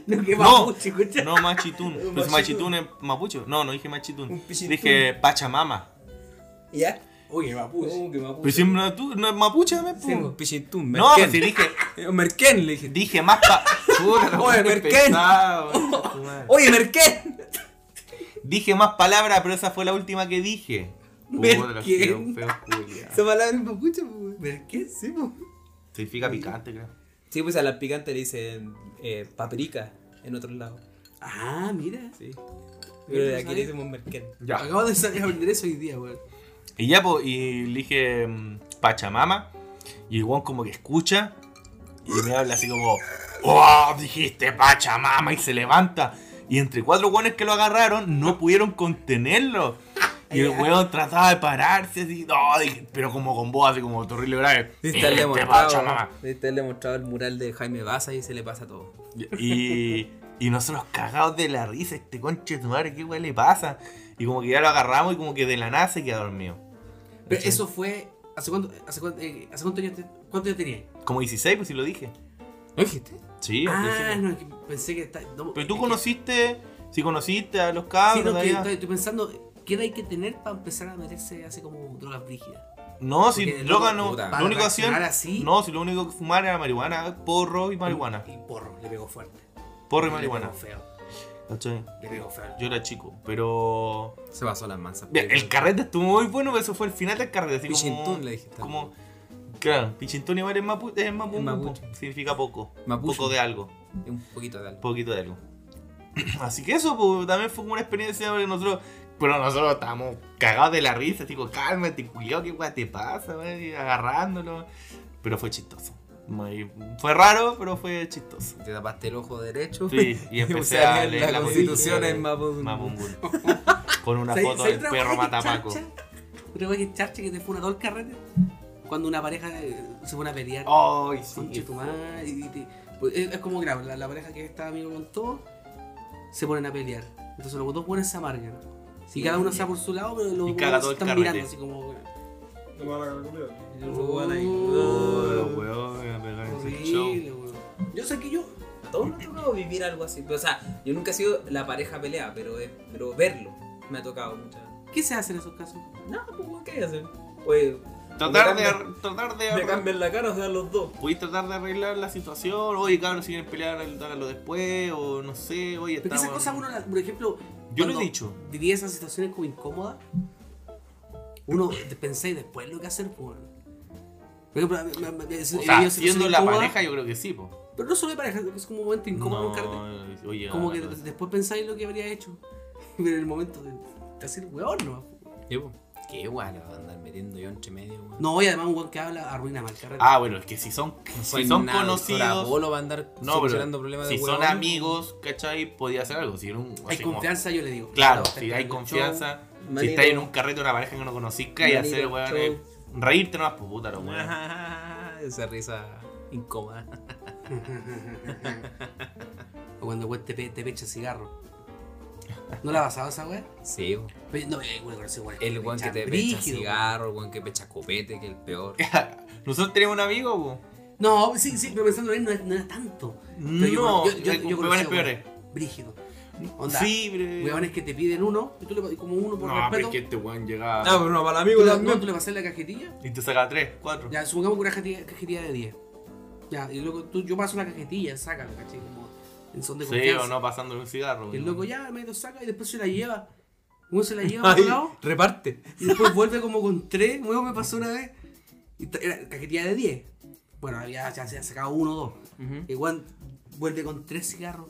No, que
No.
mapuche, escucha.
No, machitún. Pues
Machitún.
machitún es mapucho. No, no dije machitún.
Un pichitún.
Dije pachamama.
¿Ya?
Oye,
pues.
mapuche.
Oh, que me apunto.
Pero si no es tu- no es mapuche también, po.
Un pichitún,
No,
merquén.
pero si dije,
Eh, Merquén, le dije.
dije más pa. Puta, la
Oye,
weá, qué
Merquén.
pesado, weón, tu madre.
Oye, Merquén.
Dije más palabras, pero esa fue la última que dije.
¿Ver
Puta, los
quién?
feos, feos, culiados.
Esa palabra es papucha, pues.
¿Pero qué? Sí, po.
Significa picante, creo.
Sí, pues a la picante le dicen eh, paprika en otro lado.
Ah, mira.
Sí.
Mira,
Pero aquí
¿sabes?
le decimos merquén.
Acabo de salir a vender eso hoy día, weón.
Y ya, pues, y le dije mm, Pachamama. Y el weón como que escucha. Y me habla así como, ¡Oh! Dijiste Pachamama. Y se levanta. Y entre cuatro weones que lo agarraron, no pudieron contenerlo. Y el weón trataba de pararse así, "No", dije, pero como con voz, así como terrible grave.
Viste, le
"Dijiste Pachamama".
mostrado, viste, le mostrado el mural de Jaime Baza y se le pasa todo.
Y, y nosotros cagados de la risa, este conche de tu madre, qué weá le pasa. Y como que ya lo agarramos y como que de la nada se queda dormido.
Pero eso fue. ¿Hace cuánto, hace cuánto, eh, hace cuánto años te- cuánto años tenías?
Como 16, pues si lo dije.
¿Lo dijiste?
Sí, pues. al
Ah,
principio.
no, es que pensé que está. no,
Pero
es
tú
que-
conociste, si conociste a los
Sí,
cabros.
no, que
todavía.
estoy, estoy pensando, ¿qué edad hay que tener para empezar a meterse así como drogas brígidas?
no, si
Porque
droga
luego,
no.
puta,
para
lo único que hacían.
reaccionar así-
No, si lo único que fumar era marihuana, porro y marihuana.
Y porro, le pegó fuerte.
Porro y
Le pegó
marihuana.
feo.
¿Cachai?
Le pegó feo.
Yo era chico, pero.
Se pasó las mansas. pues,
Bien, el carrete estuvo muy bueno, pero eso fue el final del carrete. Así como,
Pichintún le dijiste.
Como, claro, Pichintún igual es mapu, es mapu-
Es mapuche.
significa poco.
Mapuche.
Poco de algo,
Un poquito de algo.
poquito de algo. Así que eso, pues, también fue como una experiencia porque nosotros, pero nosotros estábamos cagados de la risa, tipo, cálmate, culiao, qué guay te pasa, wey, y agarrándolo. Pero fue chistoso. Muy- fue raro, pero fue chistoso.
Te tapaste el ojo derecho.
Sí, y empecé
O sea,
a leer
la
la,
constitución
en
en Mapudungun.
Con una
¿Sabes-
foto
sabes
del
otra
perro
weá que
matapaco.
charcha? Otra weá que charcha que te fue una todo el carrete. Cuando una pareja eh, se pone a pelear.
Ay,
Conche
Oh, sí.
tu madre, y te- pues, es, es como grave, la, la pareja que está amigo con todo se ponen a pelear. Entonces los dos buenos se amargan. Si cada uno se va por su lado, pero los
Y
buenos
caga todo el
están
carrete.
mirando así como.
No me van a calcular.
Oh,
Oh,
los weones, me pegaron ese show.
horrible, weón. Yo sé que yo.
A todos nos ha tocado vivir algo así. O sea, yo nunca he sido la pareja pelea, pero, eh, pero verlo me ha tocado muchas veces.
¿Qué se hace en esos casos?
No, pues weón, ¿qué hay que hacer? Pues
Tratar de,
Me
ar- tratar de,
me
ar-
cambian la cara, o sea, los dos.
podéis tratar de arreglar la situación. Oye, cabrón, si quieren pelear, háganlo después. O no sé, oye,
Porque esas
estamos-
cosas uno, las- por ejemplo.
Yo lo
cuando
he dicho.
Vivía esas situaciones como incómodas. Uno pensáis después lo que hacer, pues. weón. Por ejemplo, me- me- me- me-
O sea,
vivía
siendo
situaciones
la
incómodas,
pareja, yo creo que sí, po.
Pero no solo de pareja, es como un momento incómodo en un cartel.
no, oye,
Como que
háganlo.
después pensáis lo que habría hecho. Pero en el momento de hacer weón, ¿no?
Yo, qué, weón? Le voy a andar metiendo yo entre medio, weón.
No, y además un weón que habla arruina mal el carrete.
Ah, bueno, es que si son,
Soy
si son
nada, doctor
conocidos.
Apolo va a andar
No,
solucionando
pero
problemas
si
de
son
huevón.
amigos, ¿cachai? Podía hacer algo. Si era un,
hay
así pues como-
confianza, yo le digo.
Claro,
Está
si hay
esperando el
confianza. si
manito.
estáis en un carrete de una pareja que no conocí, y
Manito,
hacer, weón,
show.
eh, reírte nomás, pues puta, los weón.
Esa risa incómoda.
show. O cuando el weón te, pe- te pecha el cigarro. ¿No la ha pasado esa weón?
Sí, weón.
No, eh, weón, ese weón.
el weón que te pecha
brígido,
cigarro, el weón que pecha copete, que es el peor.
Nosotros tenemos un amigo, po.
weón. No, sí, sí, pero pensando en él no, es- no era tanto. Pero yo-
No,
yo- yo-
hay-
yo
huevones
conocí,
peores.
Brígido. Onda,
Sí, pero-
Weones que te piden uno, y tú le como uno por
No,
respeto.
pero es que este weón llegaba.
Ah, pero no, para el amigo
tú, le, no, tú le pasas la cajetilla.
Y te saca tres, cuatro.
Ya, supongamos que una cajetilla, cajetilla de 10. Ya, y luego tú, yo paso la cajetilla, sácala, caché, como en son de
Sí,
confianza.
o no pasándole un cigarro.
Y el
weón.
loco ya me lo saca y después se la lleva. Uno se la lleva a otro lado
reparte.
y después vuelve como con tres. Luego me pasó una vez. Y ta- era cajetilla de 10. Bueno, había- ya se ha sacado uno o dos. Igual vuelve con tres cigarros.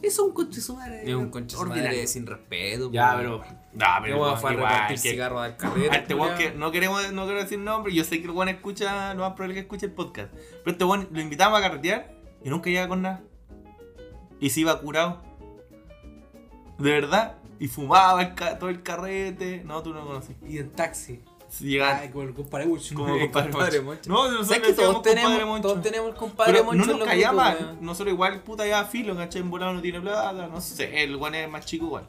Eso es un conche su madre.
Es un concha de su madre
ordinario.
sin respeto.
Ya,
po,
pero.
weón.
No, pero.
Yo voy a
weón,
fue a
igual,
repartir
que-
cigarro al carrete.
a este weón que
culiao.
no queremos, no quiero decir nombre, yo sé que el weón escucha, lo más probable que escuche el podcast. Pero este weón lo invitamos a carretear y nunca llega con nada. Y se iba curado. De verdad. Y fumaba el ca- todo el carrete. No, tú no lo conocí.
Y en taxi.
Llegaba
Ay, como el compadre Ucho.
como
el
compadre,
Ah. compadre Moncho.
Moncho. No, nosotros
¿Sabes
le
que
decíamos
todos
compadre
tenemos,
Moncho.
todos tenemos el compadre
Pero
Moncho
no
en
nos
los
callaba.
grupos, weón.
Nosotros igual, puta, ya filo, ¿cachai? En volado no tiene plata, no sé. El guan es más chico igual.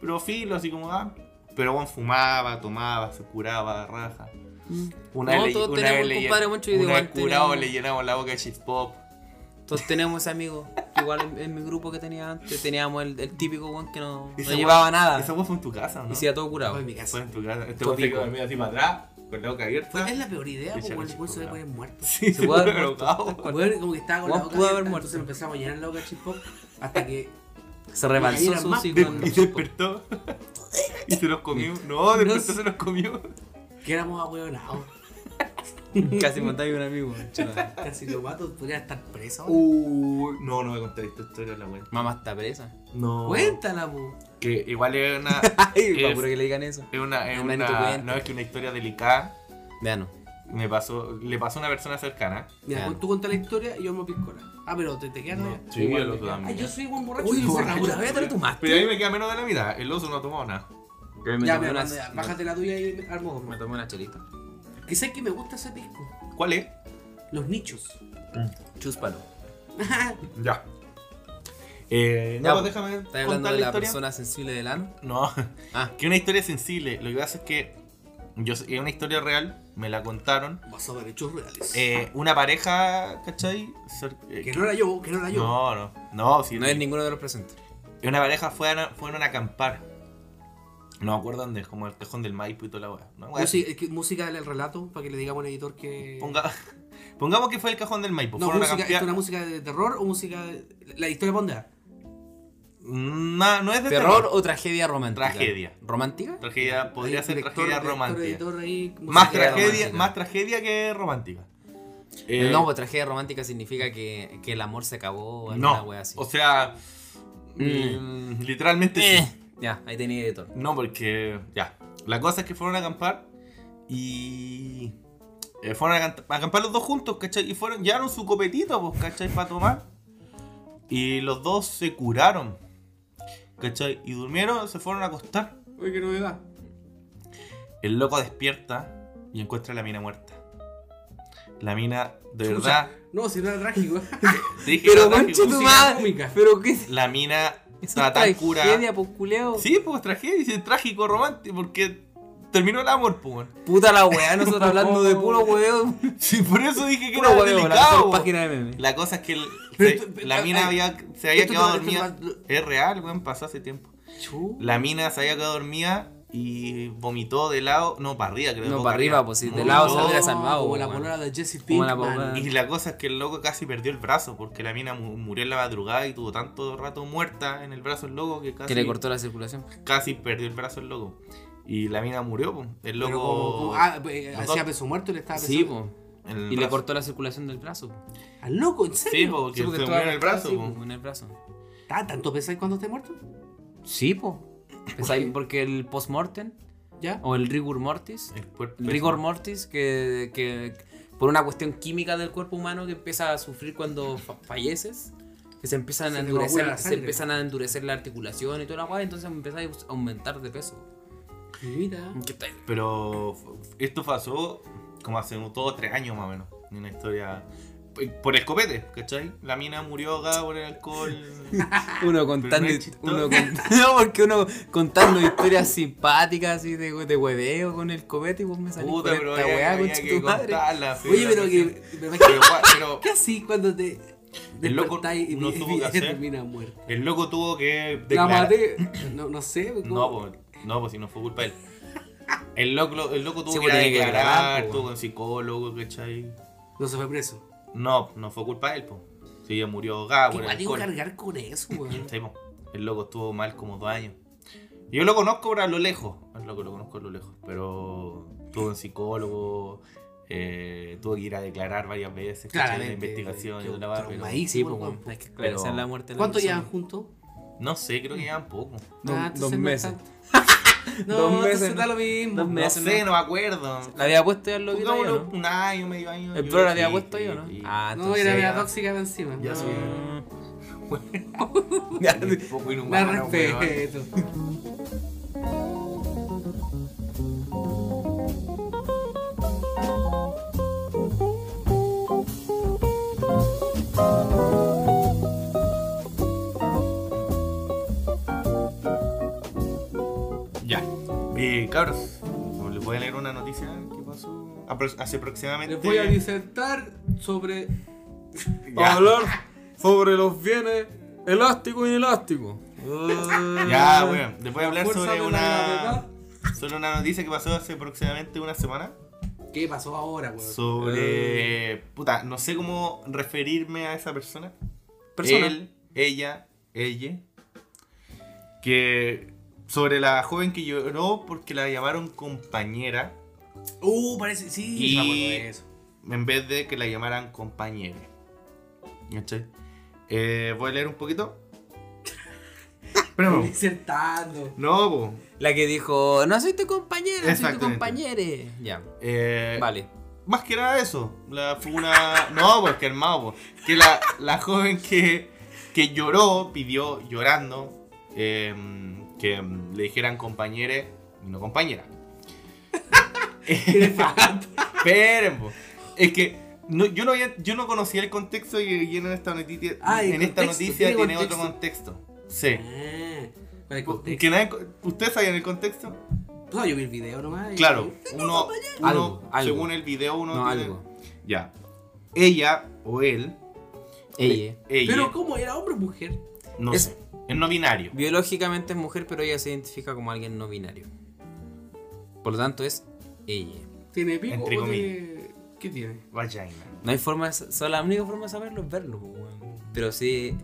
Pero filo, así como va. Pero guan fumaba, tomaba, se curaba, raja. Una
Mm. No,
vez, le-
todos
una
tenemos
vez
un
le llen-
compadre Moncho y de
una vez
guan
curado
tenemos-
le llenamos la boca de chip pop.
Todos tenemos ese amigo. Igual en, en mi grupo que tenía antes, teníamos el, el típico weón que no, no
Esa
llevaba
guan-
nada.
Esa guan fue en tu casa, ¿no?
Y se iba todo curado.
Ay, mi
Fue
casa.
en tu casa. Este
Todo
guan se quedó
pico.
dormido así para atrás, con la boca abierta.
Es la peor idea,
Echar
porque el
el
weón se
chico,
puede poner muerto.
Sí,
se puede haber
pero
muerto.
octavo.
El weón como que estaba con
Weón
la boca
pudo haber
abierta,
muerto.
entonces empezamos a llenar la boca de chispop hasta que
Se
Y
rebalsó
era
su
más
hocico
De-
en-
y despertó. y se los comió. No, despertó,
No
se los comió.
que éramos ahueonados.
Casi matáis a un amigo. chula.
Casi lo mato, podría estar preso. ahora.
Uy, no, no voy a contar esta historia, la wea.
Mamá está presa. Oh.
No.
Cuéntala, po.
Que igual es una.
Ay,
es-
pa' puro que le digan eso.
es una. Es
No me
una
cuenta.
no, es que una historia delicada.
Ya no.
Me pasó, le pasó a una persona cercana.
Mira,
Ya.
tú contá la historia y yo me piscola. Ah, pero te, te quedas.
No,
¿no?
sí,
Igual
el
me
otro
queda.
también.
Ay, yo soy buen borracho.
Ah, Uy,
yo soy
borracho.
borracho.
Todavía te lo tomaste.
Pero ahí me queda menos de la mitad. El oso no tomó nada.
Ya, mira, manda, ya, bájate la tuya y al modo.
Me tomé una chelita.
Quizás que me gusta ese pisco.
¿Cuál es?
Los nichos.
Chúspalo.
Ya. Eh, no,
Ya,
pues
pues,
déjame
¿Estás
contar
hablando
la,
de la
historia.
persona sensible del ano?
No,
Ah,
que una historia sensible. Lo que pasa es que yo, es una historia real. Me la contaron.
Basado en hechos reales.
Eh, una pareja, ¿cachai? Cer- eh,
que no era yo, que no era yo.
no, no. No, si
no es ninguno de los presentes.
Y una pareja fueron, fueron a acampar. No me acuerdo dónde, como el tejón del Maipo y toda la weá. ¿no? Weá,
Música, es que- música del relato para que le digamos al editor
eh,
que.
ponga- pongamos que fue el cajón del Maipo.
no,
fueron
música,
a
¿esto es una
campear.
música de terror o música de. La historia pondrá.
Mm, No, no es de
¿Terror o tragedia romántica?
Tragedia.
¿Romántica?
Tragedia, podría
Ahí,
ser
director,
tragedia
director,
romántica.
editor ahí,
Más
música de
tragedia,
romántica.
más tragedia que romántica. Eh,
No, pues tragedia romántica significa que, que el amor se acabó o alguna
no.
wea así.
O sea,
Mm.
mm, literalmente sí.
Eh, Ya, ahí tenía editor.
No, porque ya. La cosa es que fueron a acampar y. eh, fueron a, acant- a acampar los dos juntos, ¿cachai? Y fueron, llevaron su copetito, pues, ¿cachai? Para tomar. Y los dos se curaron, ¿cachai? Y durmieron, se fueron a acostar.
Uy, qué novedad.
El loco despierta y encuentra a la mina muerta. La mina, de
Chucha.
verdad.
No, si no era trágico.
te dije,
Pero
la traje,
conche tu
pues,
música
madre.
cómica.
Pero qué es
La mina
esa
está tan curada.
tragedia, pues culeo.
Sí, pues tragedia, dice trágico, romántico, porque terminó el amor, pues. weón.
Puta la weá, nosotros hablando de puro weón.
Sí, por eso dije que
Puro
era
weón, la
delicado.
mejor
po.
página de memes.
La cosa es que el-
Pero
se-
tú-
la
ay,
mina
ay,
había, se había
esto
quedado
no- esto
dormida. Es real, weón, pasó hace tiempo.
Chu.
La mina se había quedado dormida y vomitó de lado. No, para arriba, creo.
No,
boca
para arriba, pues, si de
Vomitó,
lado se hubiera salvado,
Como
weón.
la polola de Jesse
Como la
Pinkman.
polola.
Y la cosa es que el loco casi perdió el brazo porque la mina mu- murió en la madrugada y tuvo tanto rato muerta en el brazo el loco que casi,
Que le cortó la circulación.
casi perdió el brazo el loco. Y la mina murió, pues. El
Pero
loco.
como- como- ah, eh,
los
hacía
dos-
peso muerto y le estaba peso.
Ah, Sí, po.
en el
Y le
brazo.
cortó la circulación del brazo. po.
Al loco, en
Sí,
serio.
po, porque
Sí, porque
se
estaba-
murió en el brazo,
sí,
po.
po, En el brazo.
¿Está tanto pesáis cuando esté muerto?
Pues Sí, po. Pensáis, Porque el post-mortem
¿Ya?
O el rigor mortis.
El cuerpo
El rigor mortis, que, que por una cuestión química del cuerpo humano que empieza a sufrir cuando fa- falleces, que se empiezan
Se
a
te coagula la
endurecer, se
sangre.
empiezan a endurecer la articulación y toda la guay, entonces empiezas a aumentar de peso.
Mira.
¿Qué tal?
Pero f- esto pasó como hace un- todos tres años más o menos. Una historia. p- Por el copete, ¿cachai? La mina murió acá por el alcohol.
Uno contando,
no es
hist-
chistoso.
uno con- no, porque uno contando historias simpáticas así de, de hueveo con el copete y vos me salís
Puta,
con
pero
esta
había-
weá con
había que
tu madre.
contarla, sí,
Oye,
la
pero
cuestión.
que. pero
Pero, gua- pero
¿Qué así cuando te
El loco
despertáis y,
no
vi-
tuvo
vi-
que hacer.
termina muerto?
el loco tuvo que
La
declarar.
maté. No, no sé. ¿cómo?
No, pues, no, pues si no fue culpa de él. El loco, el loco tuvo
Sí,
que
pues,
ir a
tenía que declarar,
declarar,
pues.
tuvo con psicólogo, ¿cachai?
No se fue preso.
No, no fue culpa de él, pues. Sí, ella murió ahogada
¿Qué
Ah, por el
igual digo
alcohol.
cargar con eso, weón?
Sí, po. El loco estuvo mal como dos años. Yo lo conozco pero a lo lejos. El loco lo conozco a lo lejos. Pero tuvo un psicólogo. Eh, tuvo que ir a declarar varias veces. ¿cachai?
Claramente.
La investigación y
quedó
toda la barra, pero-
traumadísimo
Sí,
el
pues,
weón.
weón, hay que esclarecer
Pero-
la muerte de la
¿Cuánto
persona.
llevan juntos?
No sé, creo que llevan poco.
Dos-
Ah, entonces
dos
no
meses.
está- No,
Dos meses,
entonces
¿no?
da lo mismo.
Dos
No
meses,
sé,
¿no?
no me acuerdo.
La había puesto ya lo que
Pongámoslo
¿no?
un año, medio año.
El
yo
pro la
sí,
había puesto
sí,
yo, ¿no? Ah,
sí.
No, era la
ya.
tóxica de encima.
Ya
no.
sí.
Ya,
Un poco
La
inhumano, weón.
respeto.
Ya. Eh, cabros, les voy a leer una noticia que pasó apro- hace aproximadamente.
Les voy a disertar sobre.
Ya.
sobre los bienes elástico e inelástico.
Ya, weón. Les voy a
la
hablar
fuerza
sobre
de la
una.
gravedad.
Sobre una noticia que pasó hace aproximadamente una semana.
¿Qué pasó ahora, weón?
Sobre. Puta, no sé cómo referirme a esa persona.
Persona.
Él, ella, ella. Que. Sobre la joven que lloró porque la llamaron compañera.
Uh, parece. Sí,
Y-
me acuerdo de eso.
En vez de que la llamaran compañera. ¿Cachai? Eh, voy a leer un poquito. Pero
Disertando.
no, po.
La que dijo, no soy tu compañera, soy tu
Exactamente.
compañere. Ya,
Eh,
vale.
Más que nada eso. La fue una. No, porque hermano, po. que la, la joven que, que lloró, pidió llorando eh, que mm, le dijeran compañere y no compañera. Esperen, po. es que no, yo, no había- yo no conocía el contexto y, y en esta noticia,
Ah, el
en esta
contexto,
noticia
tiene
tiene, otro contexto. Sí.
Ah, para el
Que
contexto.
nadie co- ¿Ustedes sabían el contexto?
No, yo vi el video nomás. y-
Claro, uno, uno
Algo, algo.
según el video uno
No,
tiene-
algo.
Ya. Ella o él
Ella.
Ella.
Pero ¿cómo? ¿Era hombre o mujer?
no
es-
sé. Es no binario.
Biológicamente es mujer, pero ella se identifica como alguien no binario. Por lo tanto, es ella.
¿Tiene pico
Entre
o tiene... ¿Qué tiene?
Vagina.
No hay forma, de sa- so- la única forma de saberlo es verlo. po, weón. Pero sí,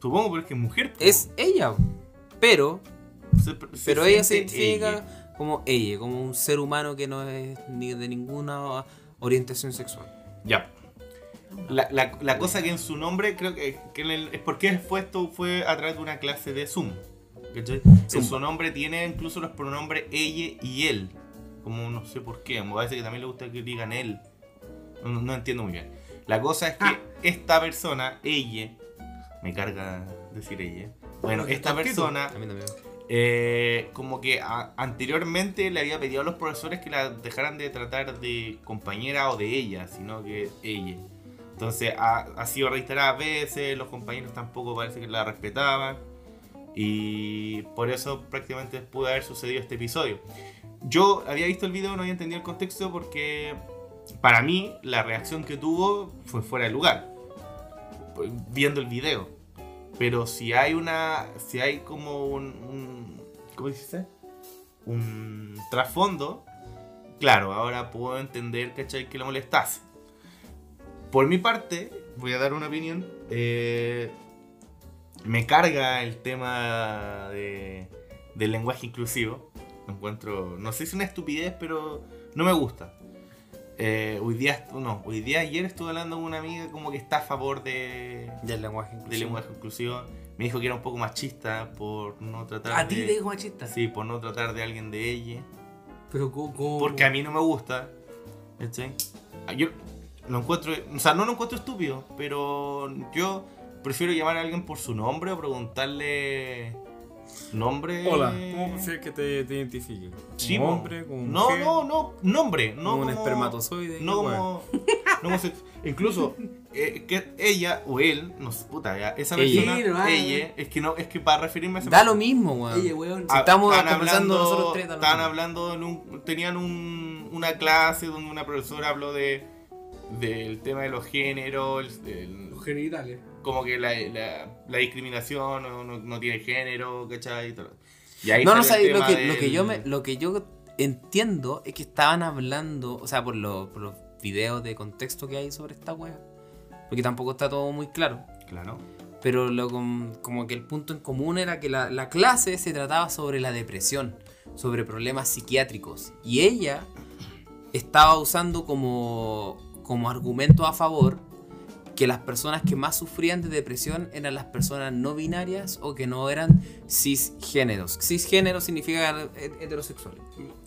Supongo porque es mujer. po.
es ella. Pero
Se- se
Pero ella se
siente
identifica
ella.
como ella, como un ser humano que no es ni de ninguna orientación sexual.
Ya. La, la- la cosa que en su nombre creo que, que en el- es porque fue esto fue a través de una clase de Zoom. ¿cachai? En su nombre tiene incluso los pronombres ella y él. Como no sé por qué. Me parece que también le gusta que digan él. No, no entiendo muy bien. La cosa es que esta persona, ella, me carga decir ella. Bueno, esta persona
A mí también.
eh, como que a- anteriormente le había pedido a los profesores que la dejaran de tratar de compañera o de ella, sino que ella. Entonces ha, ha sido reiteradas veces, los compañeros tampoco parece que la respetaban. Y por eso prácticamente pudo haber sucedido este episodio. Yo había visto el video, no había entendido el contexto porque para mí la reacción que tuvo fue fuera de lugar. Pues, Viendo el video. Pero si hay una. Si hay como un. un- ¿Cómo dice? Un trasfondo. Claro, ahora puedo entender, ¿cachai? Que le molestase. Por mi parte, voy a dar una opinión. eh, me carga el tema de, del lenguaje inclusivo. Lo encuentro. No sé si es una estupidez, pero no me gusta. Eh, hoy día, est- no, hoy día ayer estuve hablando con una amiga como que está a favor de,
Del lenguaje.
de lenguaje inclusivo. Me dijo que era un poco machista por no tratar
A
de.
ti te dijo machista.
Sí, por no tratar de alguien de ella.
Pero ¿cómo? cómo?
Porque a mí no me gusta. ¿Cachai? Ah, Yo lo encuentro. O sea, no lo encuentro estúpido, pero yo prefiero llamar a alguien por su nombre o preguntarle. Nombre.
Hola, ¿cómo prefieres que te, te identifique? ¿Como
Sí, po.
hombre? ¿Como
No,
mujer?
no, no. Nombre. No
¿Como un
como-
espermatozoide?
No
¿Qué weá?
como. no como sex- Incluso, eh, que ella o él, no sé, puta, ya, esa
Ella.
persona,
Sí, no, ah,
ella, es que no, es que para referirme a esa
Da lo
persona-
mismo, weón.
Oye, weón.
Ah, estamos conversando
hablando-
nosotros tres, da lo
Estaban
mismo.
hablando en un- tenían un- una clase donde una profesora habló de del tema de los géneros, el- el-
Los genitales.
como que la, la- la discriminación no, no- no tiene género, ¿cachai? Y todo. Y ahí
No, no
salió el
sabéis, lo
tema
que, lo, que
del-
yo me, lo que yo entiendo es que estaban hablando, o sea, por, lo- por los videos de contexto que hay sobre esta wea, porque tampoco está todo muy claro,
Claro.
pero lo com- como que el punto en común era que la, la clase se trataba sobre la depresión, sobre problemas psiquiátricos, y ella estaba usando como, como argumento a favor que las personas que más sufrían de depresión eran las personas no binarias o que no eran cisgéneros. Cisgénero significa eh, he- heterosexual.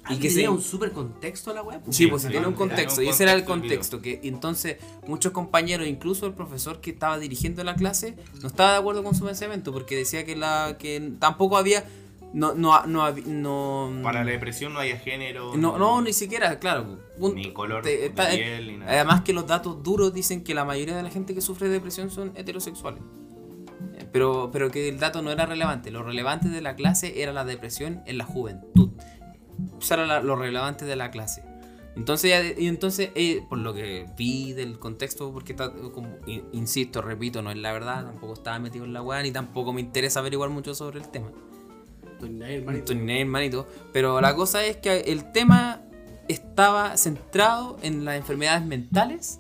Y que sería un super contexto a la web.
Sí, pues se tiene un
Era un
contexto, y ese era el
contexto
contexto, que entonces muchos compañeros, incluso el profesor que estaba dirigiendo la clase, no estaba de acuerdo con su pensamiento, porque decía que la que tampoco había, no, no, no, hab- no
Para la depresión no haya género.
no, no, ni siquiera, claro. punto.
Ni color
Te-
de
está- eh,
piel, ni nada.
Además que los datos duros dicen que la mayoría de la gente que sufre de depresión son heterosexuales. Eh, Pero, pero que el dato no era relevante. Lo relevante de la clase era la depresión en la juventud. Eso era la- lo relevante de la clase. Entonces, ya de- y entonces eh, por lo que vi del contexto, porque está, eh, como, in- insisto, repito, no es la verdad, tampoco estaba metido en la weá, ni tampoco me interesa averiguar mucho sobre el tema.
hermanito.
Tony Nail, manito. Pero la cosa es que el tema estaba centrado en las enfermedades mentales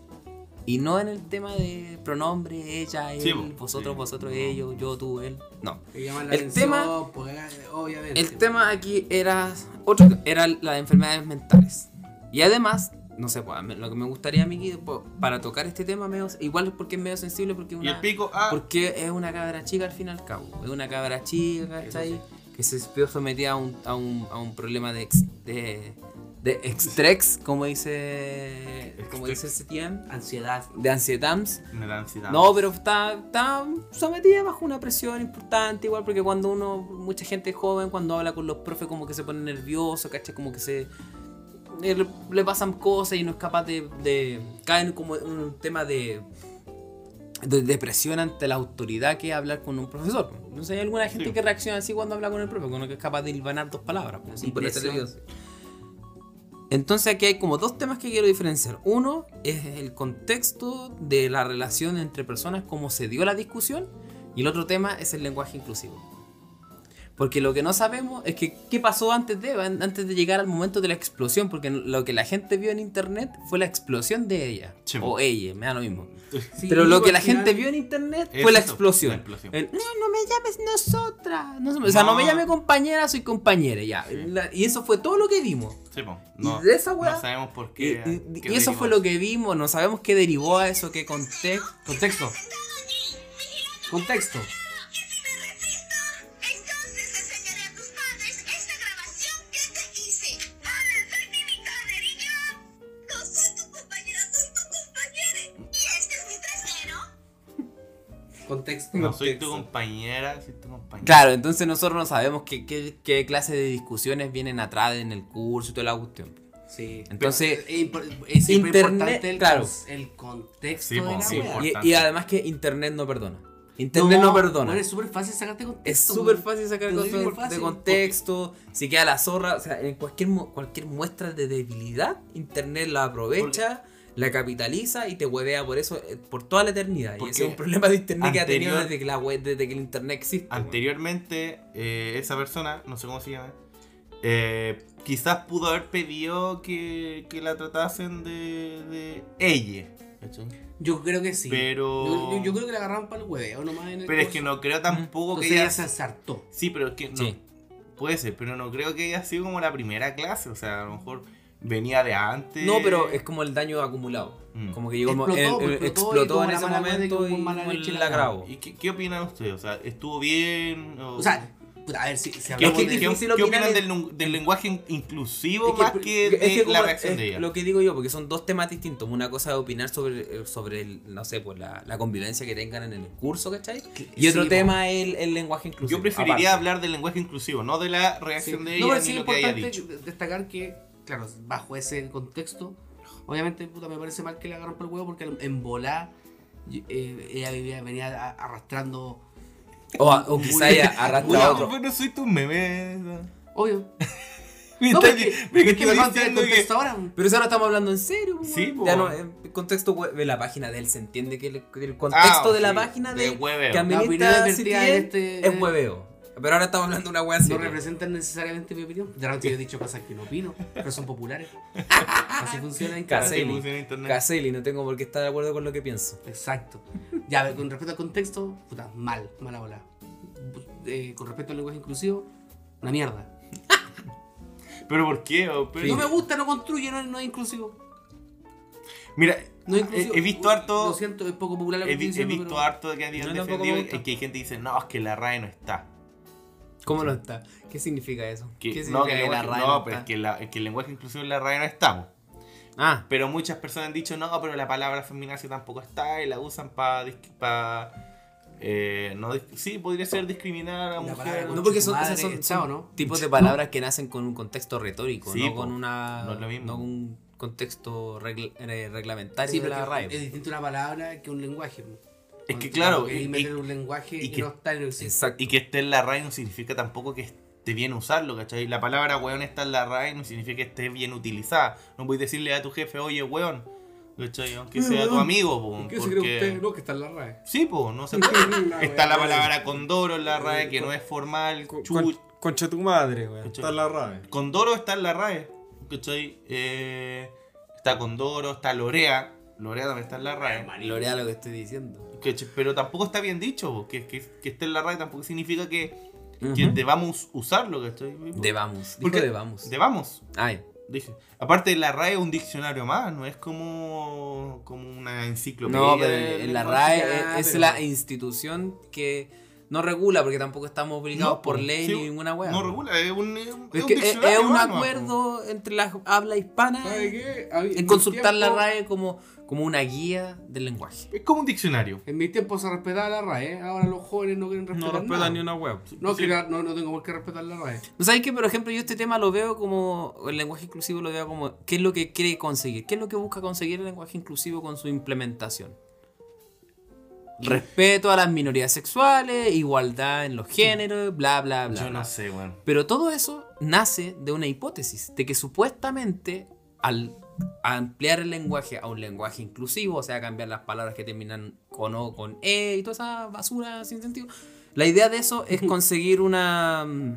y no en el tema de pronombre, ella, él,
Sí, po.
vosotros,
Sí.
vosotros,
No.
ellos, yo, tú, él. No.
Hay que llamar la
El
atención,
tema-
pues, eh, obviamente.
El tema aquí era otro, era las enfermedades mentales. Y además, no sé, pues, a mí- lo que me gustaría a mí que, pues, para tocar este tema, medio- igual es porque es medio sensible, porque es
Y el
una,
pico, ah,
porque es una cabra chica al fin y al cabo. Es una cabra chica, ¿cachai? Que se vio sometida a un, a un, a un problema de, ex, de, de extrex, como dice, como dice ese tiempo,
Ansiedad.
de ansiedams.
me da ansiedad.
No, pero está, está sometida bajo una presión importante, igual, porque cuando uno, mucha gente joven, cuando habla con los profes, como que se pone nervioso, ¿cachai? Como que se. eh, Le, le pasan cosas y no es capaz de. de caen como en un tema de. de depresión ante la autoridad que es hablar con un profesor. No sé, hay alguna gente
Sí.
que reacciona así cuando habla con el profe, con lo que es capaz de hilvanar dos palabras, pues, sin ponerse
Ineso.
nervioso. Entonces aquí hay como dos temas que quiero diferenciar. Uno es el contexto de la relación entre personas, cómo se dio la discusión, y el otro tema es el lenguaje inclusivo. Porque lo que no sabemos es que qué pasó antes de, an- antes de llegar al momento de la explosión, porque lo que la gente vio en internet fue la explosión de ella,
Sí.
o ella, me da lo mismo.
Sí,
Pero lo
digo,
que la
al final-
gente vio en internet
Es
fue la
eso,
explosión.
la explosión.
El, no, no me llames nosotras. No, o sea, no.
No.
me llame compañera, soy compañera, ya. La- y eso fue todo lo que vimos.
Sí, po, no,
y de esa weá-
no sabemos por
Y,
qué.
y-
qué
y eso
derivó
fue lo que vimos, no sabemos qué derivó a eso, qué context, contexto.
Contexto.
Entonces enseñaré a tus padres esta grabación que te hice. Hola, soy Mimica Cariño. No soy tu compañera, soy tu compañera. ¿Y este es mi trasero?
Contexto.
No soy tu compañera, soy tu compañera.
Claro, entonces nosotros no sabemos qué, qué, qué clase de discusiones vienen atrás en el curso y toda la cuestión.
Sí.
Entonces,
Pero, eh, impor- es siempre
Internet,
importante el,
claro.
el contexto
Sí,
de
po,
la
sí,
wea.
por-
y,
importante.
y además que Internet no perdona. Internet no, perdona.
bueno, es súper fácil sacarte
Es
contexto.
súper
weón.
fácil sacar
Lo
cosas
digo
de
fácil,
contexto, si queda la zorra, o sea, en cualquier, mu- cualquier muestra de debilidad, Internet la aprovecha, la capitaliza y te huevea por eso, eh, por toda la eternidad. Y
Porque
ese es un problema de Internet que ha tenido
anterior-
desde que, la web, desde que el Internet existe. weón.
Anteriormente, eh, esa persona, no sé cómo se llama, eh, quizás pudo haber pedido que, que la tratasen de, de ella. ¿cachai?
Yo creo que sí.
Pero-
Yo, yo- yo creo que la agarraron para el hueveo nomás en el
Pero es
coso.
que no creo tampoco que
Entonces ella
ella.
se ensartó.
Sí, pero es que no.
Sí.
Puede ser, pero no creo que haya sido como la primera clase. O sea, a lo mejor venía de antes.
No, pero es como el daño acumulado.
Mm.
Como que llegó
Eh, Explotó,
en- en,
explotó y
explotó
tuvo
en
la
ese
mala madre que
momento
hubo
y
mala
como
leche
el
la
la grabó.
¿Y qué, qué opinan ustedes? O sea, ¿estuvo bien?
O sea, Puta, a ver, si, si
¿Qué,
hablamos
es
qué-
de...
qué-
difícil
qué
opinar
opinan
de-
del, nun- del lenguaje in- inclusivo
Es que-
más que
es
de
que como-
la reacción
es
de ella?
Lo que digo yo, porque son dos temas distintos. Una cosa es opinar sobre, eh, sobre el, no sé, pues la, la convivencia que tengan en el curso, ¿cachai? Y otro
sí,
tema es el, el lenguaje inclusivo.
Yo preferiría
aparte.
hablar del lenguaje inclusivo, no de la reacción de ella
No, pero
ni
sí es
lo que haya dicho.
importante destacar que, claro, bajo ese contexto, obviamente, puta, me parece mal que le agarró por el huevo porque en volá y- eh, ella vivía, venía a- arrastrando.
O, a- o quizá haya arrastrado a
Bueno,
otro.
bueno, soy tu meme. ¿no?
Obvio.
Me
No,
está-
porque,
me
porque es que
estoy
me acaban de dar el
diciendo que-
contexto ahora.
Pero eso ahora estamos hablando en serio, po,
Sí,
weón.
po.
Ya no, en contexto we- de la página de él se entiende que el, que el contexto
Ah,
de la
sí,
página
de
de,
hueveo.
que
La opinión
administra
vertida
CTN
en este-
es hueveo. Pero ahora estamos hablando de una wea así.
No representan necesariamente mi opinión. De repente yo he dicho cosas que no opino, pero son populares. Así funciona en
Así
casa.
Caselli.
funciona internet.
Caselli, no tengo por qué estar de acuerdo con lo que pienso.
Exacto. Ya, a ver, con respecto al contexto, puta, mal, mala bola. Eh, con respecto al lenguaje inclusivo, una mierda.
Pero ¿por qué? o- pero-
No me gusta, no construye, no, no es inclusivo.
Mira,
No es inclusivo.
he, he visto harto.
Lo siento, es poco popular lo que
He, vi-
estoy
he
diciendo,
visto
pero-
harto de que han
No, tampoco
defendido
me
y
gusta.
que hay gente que dice, no, es que la RAE no está.
¿Cómo no está? ¿Qué significa eso?
Que-
¿Qué
no,
significa
que el lenguaje-
RAE
no,
no
pero
está?
es que, la- es que el lenguaje inclusivo en la RAE no está. po.
Ah,
Pero muchas personas han dicho, no, pero la palabra feminacia tampoco está y la usan para. eh, no, dis- sí, podría ser discriminar a la
La palabra
mujer.
con-
no porque son,
Madre,
esas son,
chao,
son
¿no?
tipos de palabras que nacen con un contexto retórico,
Sí,
no
po.
con una
No es lo mismo.
no con un contexto regl- eh, reglamentario
Sí,
de
pero
la
que
RAE.
es distinto una palabra que un lenguaje. po.
que
Cuando
claro,
querés
y-
meter
y-
un lenguaje
y
que,
que-
no está en el sí.
Exacto.
Y que esté en la RAE no significa tampoco que esté bien usarlo, ¿cachai? La palabra weón está en la RAE no significa que esté bien utilizada. No puedes decirle a tu jefe, oye weón, ¿cachai? Aunque sea tu amigo, po, porque...
No, que está en la RAE.
Sí, po, no se puede. Está la palabra condoro en la RAE que no es formal.
Con-
chu-
con- Concha tu madre, weón.
Concha-
Está en la RAE.
Condoro está en la RAE, ¿cachai? Eh, está Condoro, está Lorea. Lorea también está en la RAE.
Lorea lo que estoy diciendo.
¿cachai? Pero tampoco está bien dicho, po, que, que, que esté en la RAE tampoco significa que, que
Ujú.
debamos usarlo, ¿cachai?
Debamos.
Porque-
Dijo debamos.
Debamos.
Ay,
Dije. Aparte, la RAE es un diccionario más, no es como, como una enciclopedia.
no, pero
de-
en la
de-
RAE
ya,
es, es
pero-
la institución que no regula porque tampoco estamos obligados
No,
por
pues,
ley
sí,
ni ninguna wea.
No regula, es un, es un-
Es,
es un
que es,
diccionario
es un
más, ¿no?
acuerdo entre la habla hispana
¿Sabe qué?
en consultar la RAE como, como una guía del lenguaje.
Es como un diccionario.
En mi tiempo se respetaba la RAE, ¿eh? ahora los jóvenes no quieren
No
respetar nada.
respetan ni una web.
No, que la- no, no tengo por qué respetar la RAE.
¿No sabes que, por ejemplo, yo este tema lo veo como, el lenguaje inclusivo lo veo como, ¿qué es lo que quiere conseguir? ¿Qué es lo que busca conseguir el lenguaje inclusivo con su implementación? Respeto a las minorías sexuales, igualdad en los géneros, bla, bla, bla.
Yo
bla.
no sé, weón.
Pero todo eso nace de una hipótesis, de que supuestamente al ampliar el lenguaje a un lenguaje inclusivo, o sea, cambiar las palabras que terminan con O, con E y toda esa basura sin sentido, la idea de eso es conseguir una mm,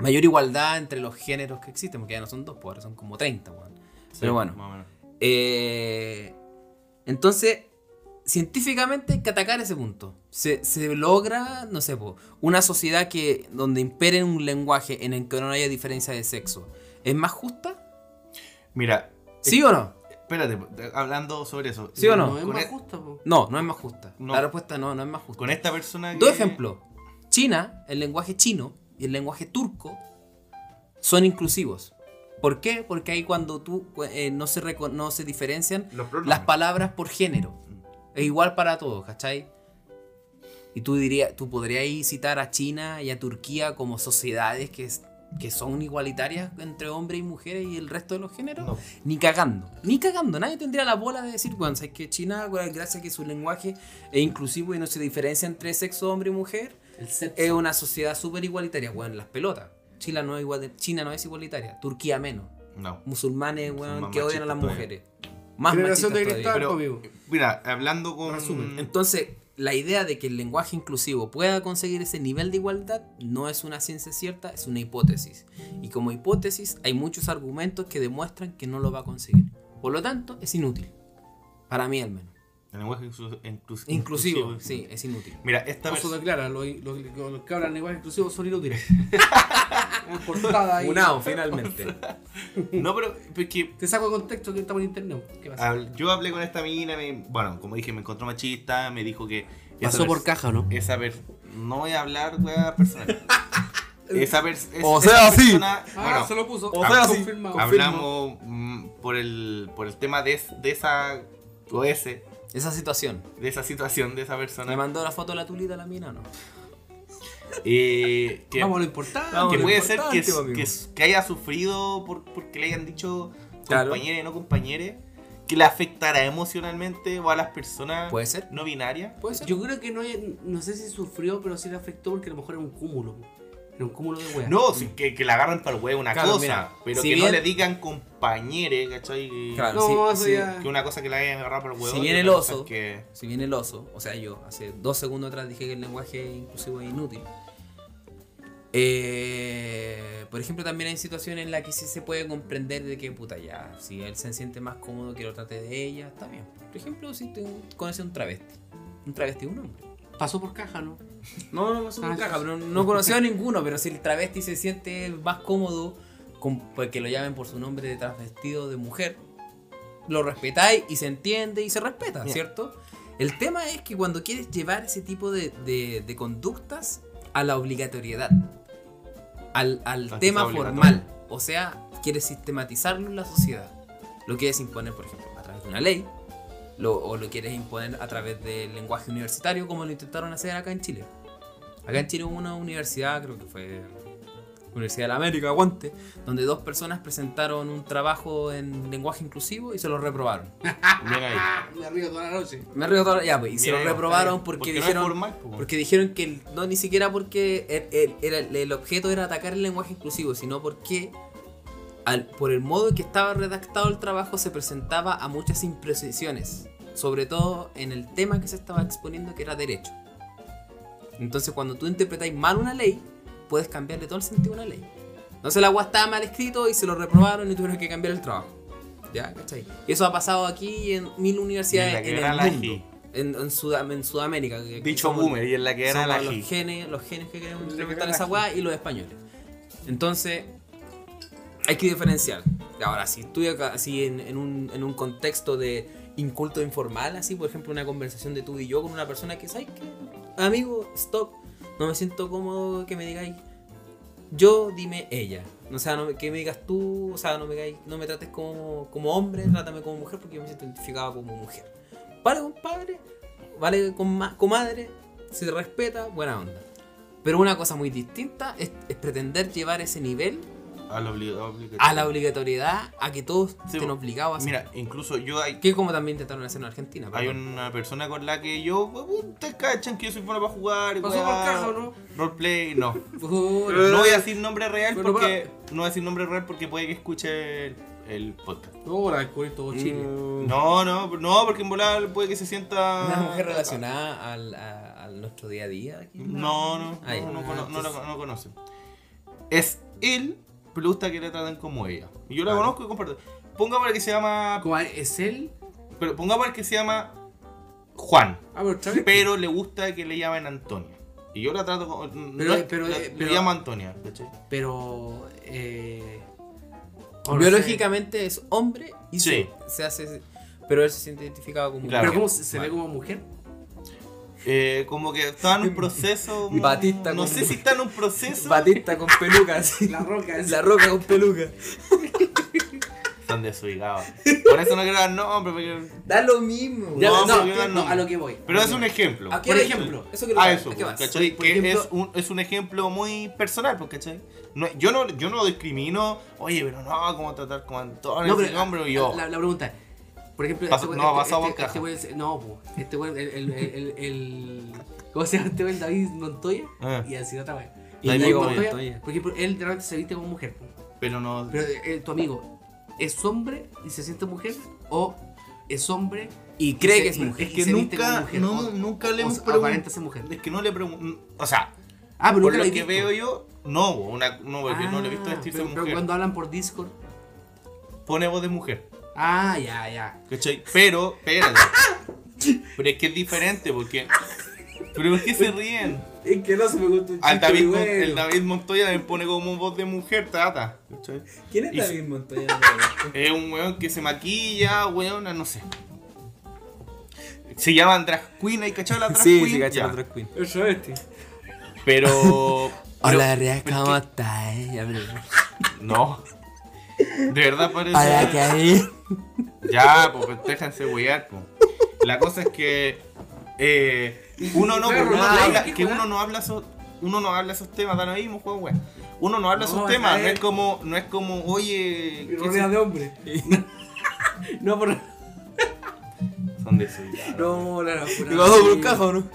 mayor igualdad entre los géneros que existen, porque ya no son dos, pues ahora son como 30, weón.
Sí,
Pero bueno.
más o menos.
Eh, entonces, científicamente hay que atacar ese punto. Se, se logra, no sé, po, una sociedad que donde impere un lenguaje en el que no haya diferencia de sexo. ¿Es más justa?
Mira,
¿Sí o no?
espérate, eh, hablando sobre eso.
¿Sí o no?
es
Con
más
e-
justo, po.
No, no es más justa.
No.
La respuesta no, no es más justa.
Con esta persona. que-
Dos ejemplos. China, el lenguaje chino y el lenguaje turco son inclusivos. ¿Por qué? Porque ahí cuando tú eh, no, se reco- no se diferencian
Los pronombres.
las palabras por género. Es igual para todos, ¿cachai? Y tú dirías, tú podrías ahí citar a China y a Turquía como sociedades que, es- que son igualitarias entre hombres y mujeres y el resto de los géneros.
No.
Ni cagando, ni cagando. Nadie tendría la bola de decir, bueno, ¿sabes que China, weón, gracias a que su lenguaje es inclusivo y no se diferencia entre sexo hombre y mujer,
El sexo.
es una sociedad súper igualitaria, weón, las pelotas. China no, es igual, China no es igualitaria, Turquía menos.
No.
Musulmanes,
más
weón, que odian a las
machistas
mujeres. Más
Generación de
machistas todavía.
cristal.
Pero,
conmigo.
mira, hablando con.
Resumen.
Entonces, la idea de que el lenguaje inclusivo pueda conseguir ese nivel de igualdad no es una ciencia cierta, es una hipótesis. Y como hipótesis hay muchos argumentos que demuestran que no lo va a conseguir. Por lo tanto, es inútil. Para mí al menos.
El lenguaje inclu- inclus-
Inclusivo, sí, es inútil.
Mira, esta
Oso
persona.
declara, los, los- los que hablan lenguaje inclusivo son inútiles. Cortada ahí.
Unado, finalmente.
No, pero es que
Te saco de contexto que estamos en internet. ¿Qué pasa?
habl- yo hablé con esta mina, me- bueno, como dije, me encontró machista, me dijo que... esa
Pasó por
pers-
caja, ¿o ¿no?
Esa per- No voy a hablar, weá, personal. esa persona...
O sea, sí.
Ah, se lo puso.
sea,
sí.
confirmado.
hablamos mm, por, el, por el tema de, es- de esa... O ese,
Esa situación.
de esa situación, de esa
¿Le
persona.
mandó la foto a la tulita a la mina o no?
eh, que
Vamos a lo importante.
Vamos.
que
lo
puede ser que,
importante, amigo.
que, que haya sufrido por, porque le hayan dicho
Claro.
compañere no compañere, que le afectará emocionalmente o a las personas
¿Puede ser?
no binarias.
¿Puede ser?
Yo creo que no, no sé si sufrió, pero sí le afectó porque a lo mejor era un cúmulo. Era un cúmulo de weas.
No, sí, que, que la agarran para el huevo una
Claro,
cosa,
mira,
pero
si
que no
bien-
le digan compañere, ¿cachai?
Claro,
No,
sí,
eso
sí.
ya-
Que una cosa que la hayan agarrado para el huevo.
Si bien
y
el
otra cosa
oso.
Que...
Si bien el oso, o sea, yo hace dos segundos atrás dije que el lenguaje inclusivo es inútil. Eh, por ejemplo, también hay situaciones en las que sí se puede comprender de que, puta, ya, si él se siente más cómodo que lo trate de ella, está bien. Por ejemplo, si te conoce a un travesti. Un travesti es un hombre.
Pasó por caja, ¿no?
No, no, no es
Ah,
una caja,
sí.
pero no conoció a ninguno, pero si el travesti se siente más cómodo con porque lo llamen por su nombre de transvestido de mujer, lo respetáis y se entiende y se respeta,
Bien.
¿cierto? El tema es que cuando quieres llevar ese tipo de, de- de conductas a la obligatoriedad, al, al
Para que
tema
sea obligatorio.
formal, o sea, quieres sistematizarlo en la sociedad, lo quieres imponer, por ejemplo, a través de una ley, lo- o lo quieres imponer a través del lenguaje universitario, como lo intentaron hacer acá en Chile. Acá en Chile hubo una universidad, creo que fue Universidad de la América, aguante, donde dos personas presentaron un trabajo en lenguaje inclusivo y se lo reprobaron.
Bien ahí.
Me río toda la noche.
Me río toda la- ya, pues, ah, y se
Bien
lo
ahí,
reprobaron
está bien.
porque,
no es
dijeron
formal, po.
porque dijeron que el- no ni siquiera porque el, el- era- el objeto era atacar el lenguaje inclusivo, sino porque al- por el modo en que estaba redactado el trabajo se presentaba a muchas imprecisiones, sobre todo en el tema que se estaba exponiendo que era derecho. Entonces cuando tú interpretáis mal una ley, puedes cambiarle todo el sentido a una ley. Entonces la agua estaba mal escrito y se lo reprobaron y tuvieron que cambiar el trabajo. ¿Ya? ¿Cachai? Y eso ha pasado aquí en mil
Y
universidades
la que
en,
era
el
la
mundo.
G.
En, en Sudam- en Sudamérica. que- que
Dicho
somos-
boomer, y en la que era
somos
la
los
G.
genes, los genes que queremos
Le
implementar
quedan
esa
ají.
weá y los españoles. Entonces, hay que diferenciar. Ahora, si estoy acá, así en, en un, en un contexto de inculto informal, así, por ejemplo, una conversación de tú y yo con una persona que, ¿sabes qué? Amigo, stop, no me siento cómodo que me digáis yo, dime ella. O sea, no, me- que me digas tú, o sea, no me, digáis- no me trates como, como hombre, trátame como mujer porque yo me siento identificado como mujer. Vale, compadre, vale, coma- comadre, se te respeta, buena onda. Pero una cosa muy distinta es, es pretender llevar ese nivel
A la obli- obligatoria.
a la obligatoriedad, a que todos
Sí,
estén
bo-
obligados a hacer.
Mira, incluso yo hay,
que como también intentaron hacer en Argentina.
Hay
perdón.
una persona con la que yo, pues, ustedes cachan que yo soy bueno para jugar,
Pasó por
weá,
caja, ¿o no?
Roleplay, no.
Puta.
No voy a decir nombre real
Pero
porque. No voy a decir nombre real porque puede que escuche el, el podcast.
No, la descubrí todo Chile.
No, no, no, porque en volar puede que se sienta.
Uh. Una mujer relacionada al, a, a nuestro día a día. aquí.
No, no,
Ay,
no, no,
ah,
cono- no la-
entonces-
no conocen. Es él, pero gusta que la tratan como ella. Y Yo la
Vale.
conozco y comparto. Pongamos el que se llama.
Como es él.
Pero pongamos el que se llama Juan.
Ah, pero otra vez.
pero le gusta que le llamen Antonia. Y yo la trato como.
Pero-
no es-
pero,
la-
eh,
le
pero-
llamo Antonia, ¿cachai?
Pero. Eh, o no sé.
Biológicamente es hombre y
Sí.
se, se hace. Pero él se siente identificado como
Claro.
Pero
mujer.
¿cómo se, se ve
Vale.
como mujer?
Eh, como que estaba en un proceso.
Batista
No
con-
sé si está en un proceso.
Batista con peluca, así.
La roca es.
La roca con peluca.
Están deshuigados. Por eso no quiero dar nombre. porque-
Da lo mismo.
Ya,
No,
no,
pero yo
no,
no.
a lo que voy.
Pero es un ejemplo.
¿A qué
Por
voy?
ejemplo,
eso quiero
A
saber,
eso,
¿a qué vas?
¿cachai?
Por
Que
ejemplo-
es, un, es un ejemplo muy personal, porque ¿cachai? No, yo, no, yo no discrimino, oye, pero no, cómo tratar con Antonia,
No,
no,
pero
hombre, yo.
La, la pregunta es, por ejemplo,
Pasó-
güey-
no, pasó por
este,
caja.
güey es- no, po, este güey, el, el, el, el, el- ¿cómo se llama este güey? El David Montoya,
Ah.
y así otra vez.
Y Diego
Montoya.
Por ejemplo, él de repente se viste como mujer, po.
Pero no.
pero eh, tu amigo, ¿es hombre y se siente mujer? ¿O es hombre
Y cree
se-
que es mujer.
es que
se viste como
nunca,
mujer,
no,
o-
nunca le
o
hemos
se- aparenta
preguntado.
ser mujer?
Es que no le pregunto. O sea,
Ah, pero
Por
nunca
lo
lo
que
he visto.
veo yo, no, una, no porque no lo he visto
Ah,
vestirse
pero,
de
Pero
mujer.
cuando hablan por Discord,
Pone voz de mujer,
ah, ya, ya.
¿cachai? Pero, espérate. pero es que es diferente porque ¿Pero por qué se ríen?
Es que no se me gusta un
Al
chiste
David,
muy
Mon- el
bueno.
David Montoya me pone como voz de mujer, tata. ¿cachai?
¿Quién es
y-
David Montoya? No, este.
Es un weón que se maquilla, weona, no sé. Se llaman drag queen, ¿hay cachado la drag
Sí,
queen?
sí, cacha
Ya.
la drag queen.
Eso es este.
Pero.
Hola,
pero-
Rea, ¿cómo estás?
No. De verdad parece.
Hola, ¿qué hay?
Ya, pues déjense wear, pues. La cosa es que eh, uno no,
Perro,
uno no
no,
habla,
qué
que
weá.
uno no habla esos, uno no habla esos temas, da lo mismo, juego, weá. Uno no habla
No,
esos
acá
temas, no
es-
es como, no es como, oye, ¿qué
Ironía de hombre. No, por.
son- son de su edad, weá?
No, la locura.
¿no?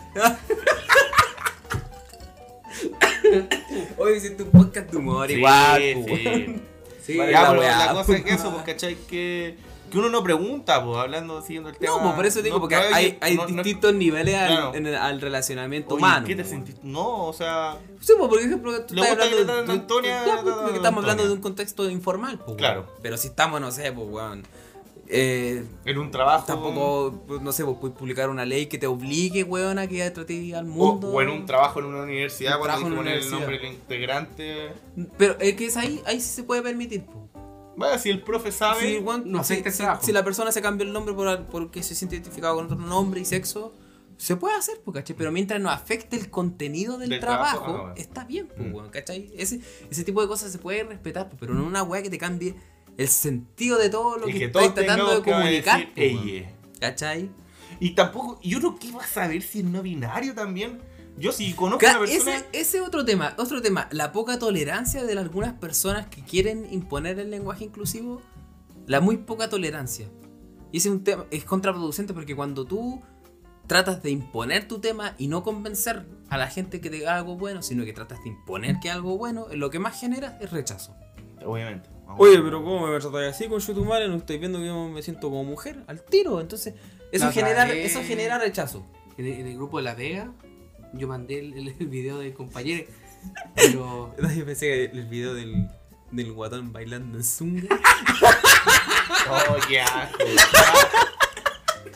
Hoy hiciste un
Podcast de humor,
Sí,
igual. po, weón.
sí.
Sí,
Ya, pues.
la
pero
weá.
la cosa es que eso, pues, ¿cachai? Que, que uno no pregunta, pues, hablando, siguiendo el tema.
No, pues por eso digo,
No,
porque
oye,
hay, hay
no- no-
distintos niveles al,
Claro.
en el- al relacionamiento
oye,
humano.
¿Qué te
po,
sentiste? No, o sea,
weón. Sí, pues por ejemplo, tú
Le
estás
gusta
hablando
que le traten a
Ya, pues,
Antonia, le tratan a
porque estamos
Antonia.
hablando de un contexto informal, po, weón.
Claro.
Pero si estamos, no sé, pues, weón. Eh,
en un trabajo.
Tampoco, pues, no sé, pues, puedes publicar una ley que te obligue, weón, a que trates al
O,
mundo.
o en un trabajo en una universidad,
Un
cuando hay que
trabajo en
poner
una
el nombre del integrante.
Pero es que es ahí, ahí sí se puede permitir, pues. po.
Bueno, si el profe sabe.
Si, weón,
No
si-
afecta el
si-
trabajo.
si la persona se cambia el nombre por al- porque se siente identificado con otro nombre y sexo, se puede hacer, po, ¿cachai? Pero mientras no afecte el contenido del,
Del
trabajo,
trabajo, ah, bueno.
está bien, po,
Mm.
weón, ¿cachai? Ese, ese tipo de cosas se puede respetar, po, pero no una weá que te cambie el sentido de todo lo
y
que,
que
estás
todos
tratando de
tengamos que
comunicar,
decir,
po, weón,
"Ella".
¿cachai?
Y tampoco. Yo no quiero saber si es no binario también. Yo si conozco a
Ca-
una persona.
Ah, Ese, ese otro tema, otro tema, la poca tolerancia de algunas personas que quieren imponer el lenguaje inclusivo, la muy poca tolerancia. Y ese es un tema, es contraproducente porque cuando tú tratas de imponer tu tema y no convencer a la gente que te haga algo bueno, sino que tratas de imponer que algo bueno, lo que más genera es rechazo.
Obviamente. vamos.
Oye, pero ¿cómo me tratáis así con Chutumare? ¿No estáis viendo que yo me siento como mujer?
Al tiro, entonces eso
La otra
genera
vez.
eso genera rechazo.
En el, en el grupo de La Vega, yo mandé el, el- el video de compañeros. Pero
Yo pensé que el video del, del guatón bailando en zunga.
Oh, qué asco.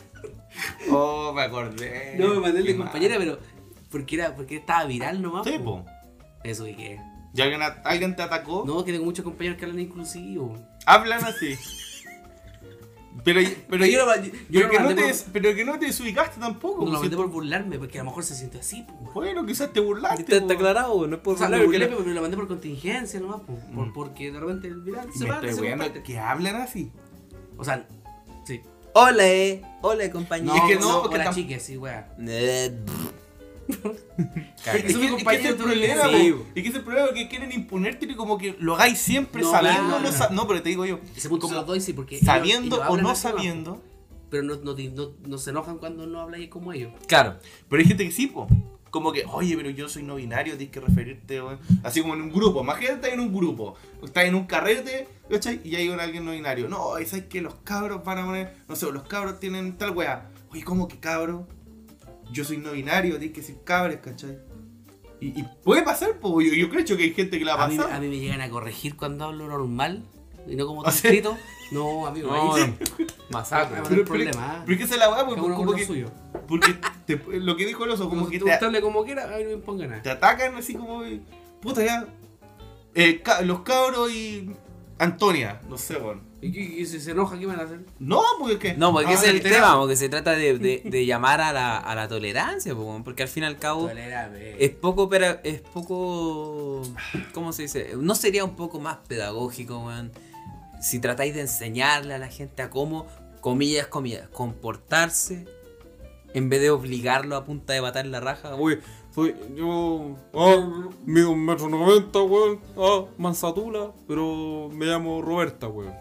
oh, me acordé.
no me mandé el de
Qué mal.
compañera, pero porque era porque estaba viral nomás.
Sí,
po.
po.
Eso y que.
¿Y alguien, a- alguien te atacó?
No, que tengo muchos compañeros que hablan inclusivo.
Hablan así. Pero, pero,
Yo lo mandé- yo
pero
lo
que no
mandé
te,
por-
pero que no te desubicaste tampoco.
No lo
si-
mandé por burlarme, porque a lo mejor se siente así, po.
Bueno, quizás te burlaste.
Está,
po.
está aclarado, no es por
O sea,
hablar.
me
porque
burlé,
la-
pero lo mandé por contingencia nomás, po, por-
Mm.
porque de repente el viral se
Me
parte,
estoy
se
weando
comparte.
que hablan así.
O sea, sí.
Hola, eh. Hola, compañero.
No,
es que no,
no,
porque
hola,
tam-
chiques, sí, weá.
Eh,
Es
Soy
que, es que
compañero
ese es el
tuyo,
problema,
sí.
po. es que ese es el problema que quieren imponerte y como que lo hagáis siempre
No,
sabiendo
claro.
o no sa- No, pero te digo yo,
Ese punto
Como
se lo doy, sí, porque ellos-
sabiendo
ellos
o
hablan
no
así, weá, po.
sabiendo.
Pero no, no, te- no- no se enojan cuando no habláis como ellos.
Claro.
Pero hay gente que sí, po. Como que, oye, pero yo soy no binario, tienes que referirte, weón. Así como en un grupo. Imagínate, estás en un grupo. Estás en un carrete, ¿cachai? Y hay un- alguien no binario. No, y sabes que los cabros van a poner, no sé, los cabros tienen tal weá. Oye, ¿cómo que cabro? Yo soy no binario, tienes que decir cabres, ¿cachai? Y, y puede pasar, po. Yo, yo creo que hay gente que la
A
ha
mí,
pasado.
a mí me llegan a corregir cuando hablo normal y no como
O
tan
sea-
escrito. No, amigo,
No,
ahí
no. Masacre.
Pero-
weón.
el problema, ah.
Pero es que esa es la weá,
cada
porque,
uno con
como
lo
que-
suyo.
porque te- lo que dijo el oso, como
Como
que te,
gustarle como quiera, a mí no me impongan
te
nada.
atacan así como eh, puta ya eh, ca- los cabros y Antonia no sé weón
Y, y- y si se enoja, ¿qué van a hacer?
no porque es que
No, porque
Ah,
ese es el
literal.
tema, porque se trata de, de- de llamar a la, a la tolerancia, po, porque al fin y al cabo es poco, pero es poco, ¿cómo se dice? ¿No sería un poco más pedagógico, weón? Si tratáis de enseñarle a la gente a cómo, comillas, comillas, comportarse, en vez de obligarlo a punta de matar la raja.
Uy, ah, soy yo. Ah, mido un metro noventa, weón. Ah, manzatula, pero me llamo Roberta, weón.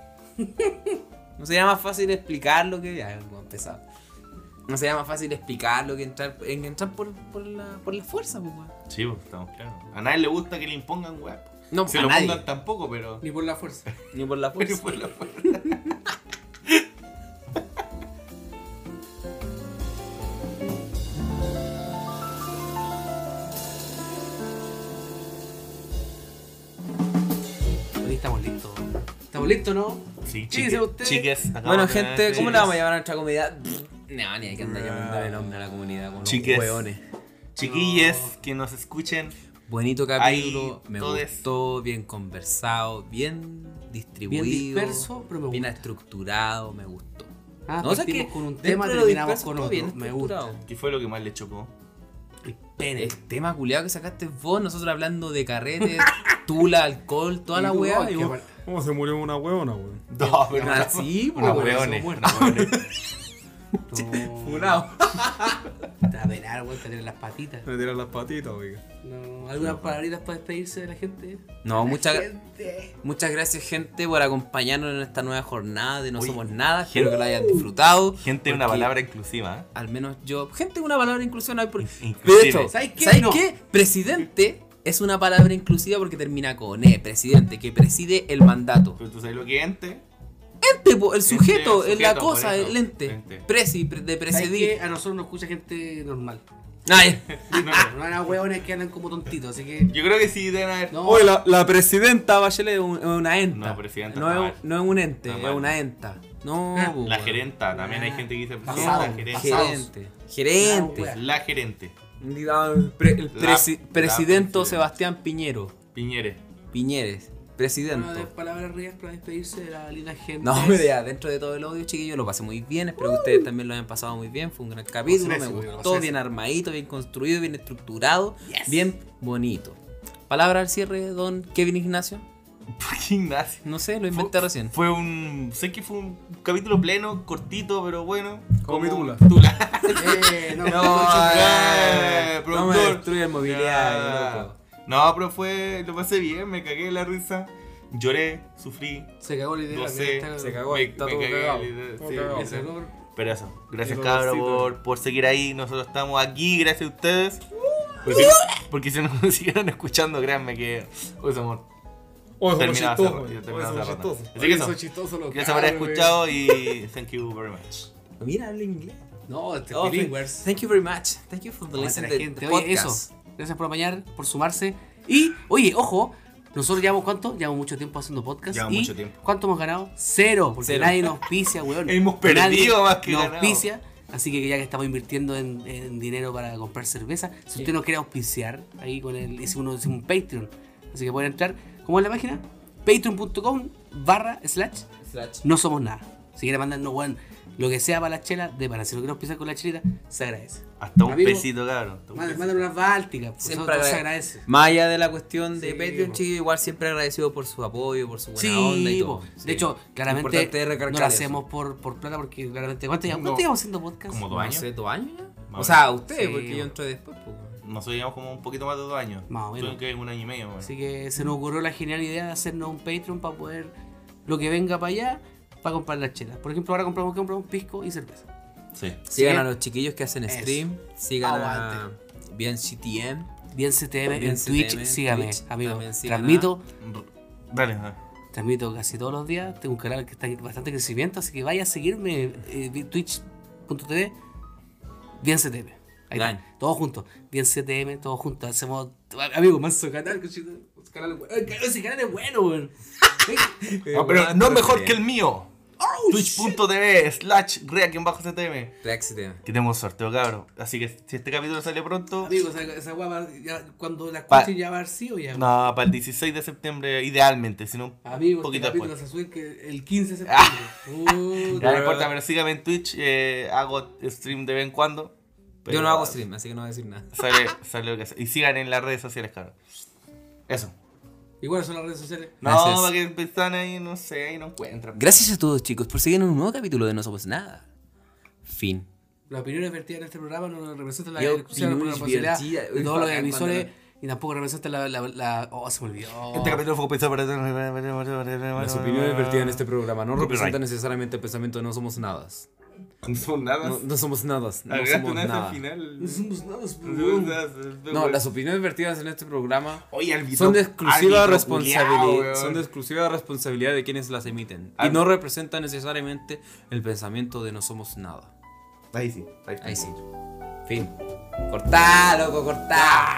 No sería más fácil explicar lo que. Ya, hemos empezado. No sería más fácil explicar lo que entrar, en entrar por, por, la, por la fuerza, pues, weón.
sí pues, estamos claros a nadie le gusta que le impongan weón
No,
se
a
lo
nadie. Pues
pongan tampoco pero
Ni por la fuerza.
Ni por la
pero
fuerza.
fue la fuerza.
Ahí estamos listos. ¿Estamos listos, no?
sí
Fíjense
chiques,
ustedes.
chiques acabamos
Bueno,
de tener
gente, ¿cómo
chiques.
le vamos a llamar a nuestra comunidad? No, ni hay que andar llamándole nombre a la comunidad con los
Chiques.
hueones.
Chiquilles que nos escuchen.
Bonito capítulo,
Ahí
me
todo es-
gustó, bien conversado, bien distribuido,
Bien disperso, pero me
bien
gusta.
estructurado, me gustó.
Ah,
No, o sea
partimos
que
con un
dentro
tema,
de lo
terminamos
disperso
con
estuvo
otro.
bien
me gusta.
estructurado.
¿Qué fue lo que más le chocó?
El pene.
El tema culiado que sacaste vos, nosotros hablando de carretes, tula, alcohol, toda
Y
la
tú,
weá.
ay,
y
qué
vos-
mal-
¿Cómo se murió una huevona, weón?
No, pero
Ah, sí,
una
pues,
hueone,
somos
una hueone.
No.
Funado.
Te va a penar, weón, te tienen las patitas.
Me tiran las patitas, oiga.
No, ¿Algunas palabritas para despedirse de la gente?
No, muchas,
Gente.
muchas gracias, gente, por acompañarnos en esta nueva jornada de No
Oye,
Somos Nada. Espero
gente-
que lo hayan disfrutado.
Gente, una
Porque-
palabra inclusiva. ¿eh?
al menos yo. Gente, una palabra inclusiva no hay por
In-
De
inclusive.
hecho, ¿sabes
¿Sabes
qué?
qué?
¿sabes
No.
qué? Presidente es una palabra inclusiva porque termina con E, presidente, que preside el mandato.
Pero tú sabes lo que es ente.
Ente, po, el sujeto,
el
el- la
sujeto, por
cosa,
eso.
el ente.
Ente.
Presi, pre- de
¿Sabes qué?
presidir. eh.
A nosotros nos escucha gente normal.
Ay,
No, no.
No eran hueones que andan como tontitos, así que.
Yo creo que sí deben haber.
No,
oye, la, la presidenta Bachelet es, un- es una enta.
No, presidenta
No
está
es,
mal.
no es un ente,
Está
es
mal.
una enta. No,
Ah,
po,
La
weón. Ah.
gerenta, también hay gente que dice
Pasado,
la gerente.
pasado.
Gerente. Gerente.
La
La gerente.
Digamos, pre- el
La-
presi-
la
presidente
presidenta.
Sebastián Piñero.
Piñere.
Piñeres. Presidente.
Una de palabras rías para despedirse de la linda gente.
No, pero ya, dentro de todo el odio, chiquillos, lo pasé muy bien. Espero que ustedes también lo hayan pasado muy bien. Fue un gran capítulo,
Uh. Lo pasé
me
pésimo, yo lo
gustó,
pasé
bien armadito, bien construido, bien estructurado,
Yes.
bien bonito. Palabra al cierre, don Kevin Ignacio.
Ignacio.
No sé, lo
Fue-
inventé recién.
Fue un. Sé que fue un capítulo pleno, cortito, pero bueno.
Como tula.
Eh, no,
eh,
no me
productor.
destruye el mobiliario,
Ah.
loco.
No, pero fue. Lo pasé bien, me cagué de la risa. Lloré, sufrí.
Se cagó la idea.
eh. No
la
sé,
mierda.
se cagó,
me-
está
me
todo
cagué de la
cagado.
idea,
Todo
sí,
cagado.
ese-
Ese olor.
Pero eso, gracias
Y
cabros
dolorcito.
por, por seguir ahí. Nosotros estamos aquí, gracias a ustedes.
Uh,
Porque, porque si nos siguieron escuchando, créanme que hoy somos.
Oh, es un
Terminaba
chistoso,
hace-
weón.
terminaba
Oh, es un
hace rato.
chistoso.
Así que eso,
Eso es chistoso lo que
gracias por haber
hablo,
escuchado y thank you very much.
Mira, habla inglés.
No, este
Oh,
bilingües.
thank you very much. Thank you for the
Aguante
listen
la
to
gente.
the
Oye,
podcast.
eso. Gracias por apañar, por sumarse. Y, oye, ojo, nosotros llevamos cuánto? Llevamos mucho tiempo haciendo podcast.
Llevamos
y
mucho tiempo.
¿Cuánto hemos ganado? Cero, porque
Cero.
nadie nos auspicia, weón.
Hemos perdido
Nadie
más que
nos
ganado.
auspicia. Así que ya que estamos invirtiendo en, en dinero para comprar cerveza, si usted nos quiere auspiciar, ahí con el, hicimos, uno- hicimos un Patreon. Así que pueden entrar. ¿Cómo es la página? Patreon.com barra slash
Slash.
no somos nada. Si quiere mandarnos, weón, lo que sea para la chela, de para. Si lo quiere auspiciar con la chelita, se agradece.
Hasta un
Amigo,
pesito, cabrón. Hasta un
Manda-
pesito.
Mandan unas bálticas, pues, eso
Siempre
todo se
agradece.
agradece.
Más allá de la cuestión de
Sí,
Patreon,
po.
chicos, igual siempre agradecido por su apoyo, por su buena
Sí,
onda y todo.
po.
Sí.
de hecho,
Importante
claramente
recalcar
no lo
eso.
hacemos por, por plata porque claramente. ¿Cuánto llevamos,
No.
cuánto llevamos haciendo podcast?
Como dos
No
años.
sé, ¿Dos años ya?
Más
o
o
sea,
menos.
ustedes,
Sí,
porque yo
bueno.
entro después. pues, bueno.
Nosotros llevamos como un poquito más de dos años.
Más o menos.
Tuve que un año y medio, bueno.
Así que se nos ocurrió la genial idea de hacernos un Patreon para poder lo que venga para allá para comprar las chelas. Por ejemplo, ahora compramos, ¿qué compramos pisco y cerveza.
Sí.
Sigan
Sí.
a los chiquillos que hacen
Eso.
stream. Sigan a
Aguante.
Bien CTM.
Bien CTM
Bien
en Twitch,
CTM en
sígame,
Twitch,
amigo.
también ¿ah? sigan
Transmito,
Dale, dale.
transmito casi todos los días. Tengo un canal que está en bastante crecimiento, así que vaya a seguirme eh, twitch.tv bien CTM. Ahí
Gran.
está, todos juntos, bien CTM, todos juntos. Hacemos, amigo, manso canal, cochito, canal es bueno. Ay, Ese canal es bueno, weón. Eh,
Ah, pero no mejor que el mío. Oh, Twitch.tv slash rea-ctm.
Track CTM.
Que tenemos sorteo, cabrón. Así que si este capítulo sale pronto,
Amigo, esa, esa guapa, ya, cuando la
Pa-
escuchen ya va a haber sido ya.
No, para el 16 de septiembre, idealmente, sino un
Amigo, este
poquito
capítulo
después. Ah.
se sube que el 15 de septiembre.
Ya
Puta.
no importa, pero sígame en Twitch, eh, hago stream de vez en cuando. pero
Yo no hago stream, así que no voy a decir nada.
Sale, sale lo que hace. Y sigan en las redes sociales, cabrón. Eso.
Igual son las redes sociales.
No,
Gracias.
para que están ahí, no sé, ahí no encuentran.
Gracias a todos, chicos, por seguir en un nuevo capítulo de No Somos Nada. Fin.
Las opiniones vertidas en este programa no representan la
Yo,
discusión, no la
opiniones
posibilidad
vertidas,
de todos los
bacán,
emisores
cuando
y tampoco representan la, la, la- Oh, se me olvidó.
Este capítulo fue pensado para. Las
Las opiniones vertidas en este programa no
Copyright.
representan necesariamente el pensamiento de No Somos Nada.
No son nada.
No, no somos nada. No
Agregaste
somos
una vez
nada.
al final.
No somos nada,
No, las opiniones vertidas en este programa
Oye, árbitro-
son de exclusiva
árbitro culiao,
responsabilidad
weón.
son de exclusiva responsabilidad de quienes las emiten y
Al-
no representan necesariamente el pensamiento de no somos nada
Ahí sí, está.
ahí sí fin cortá loco cortá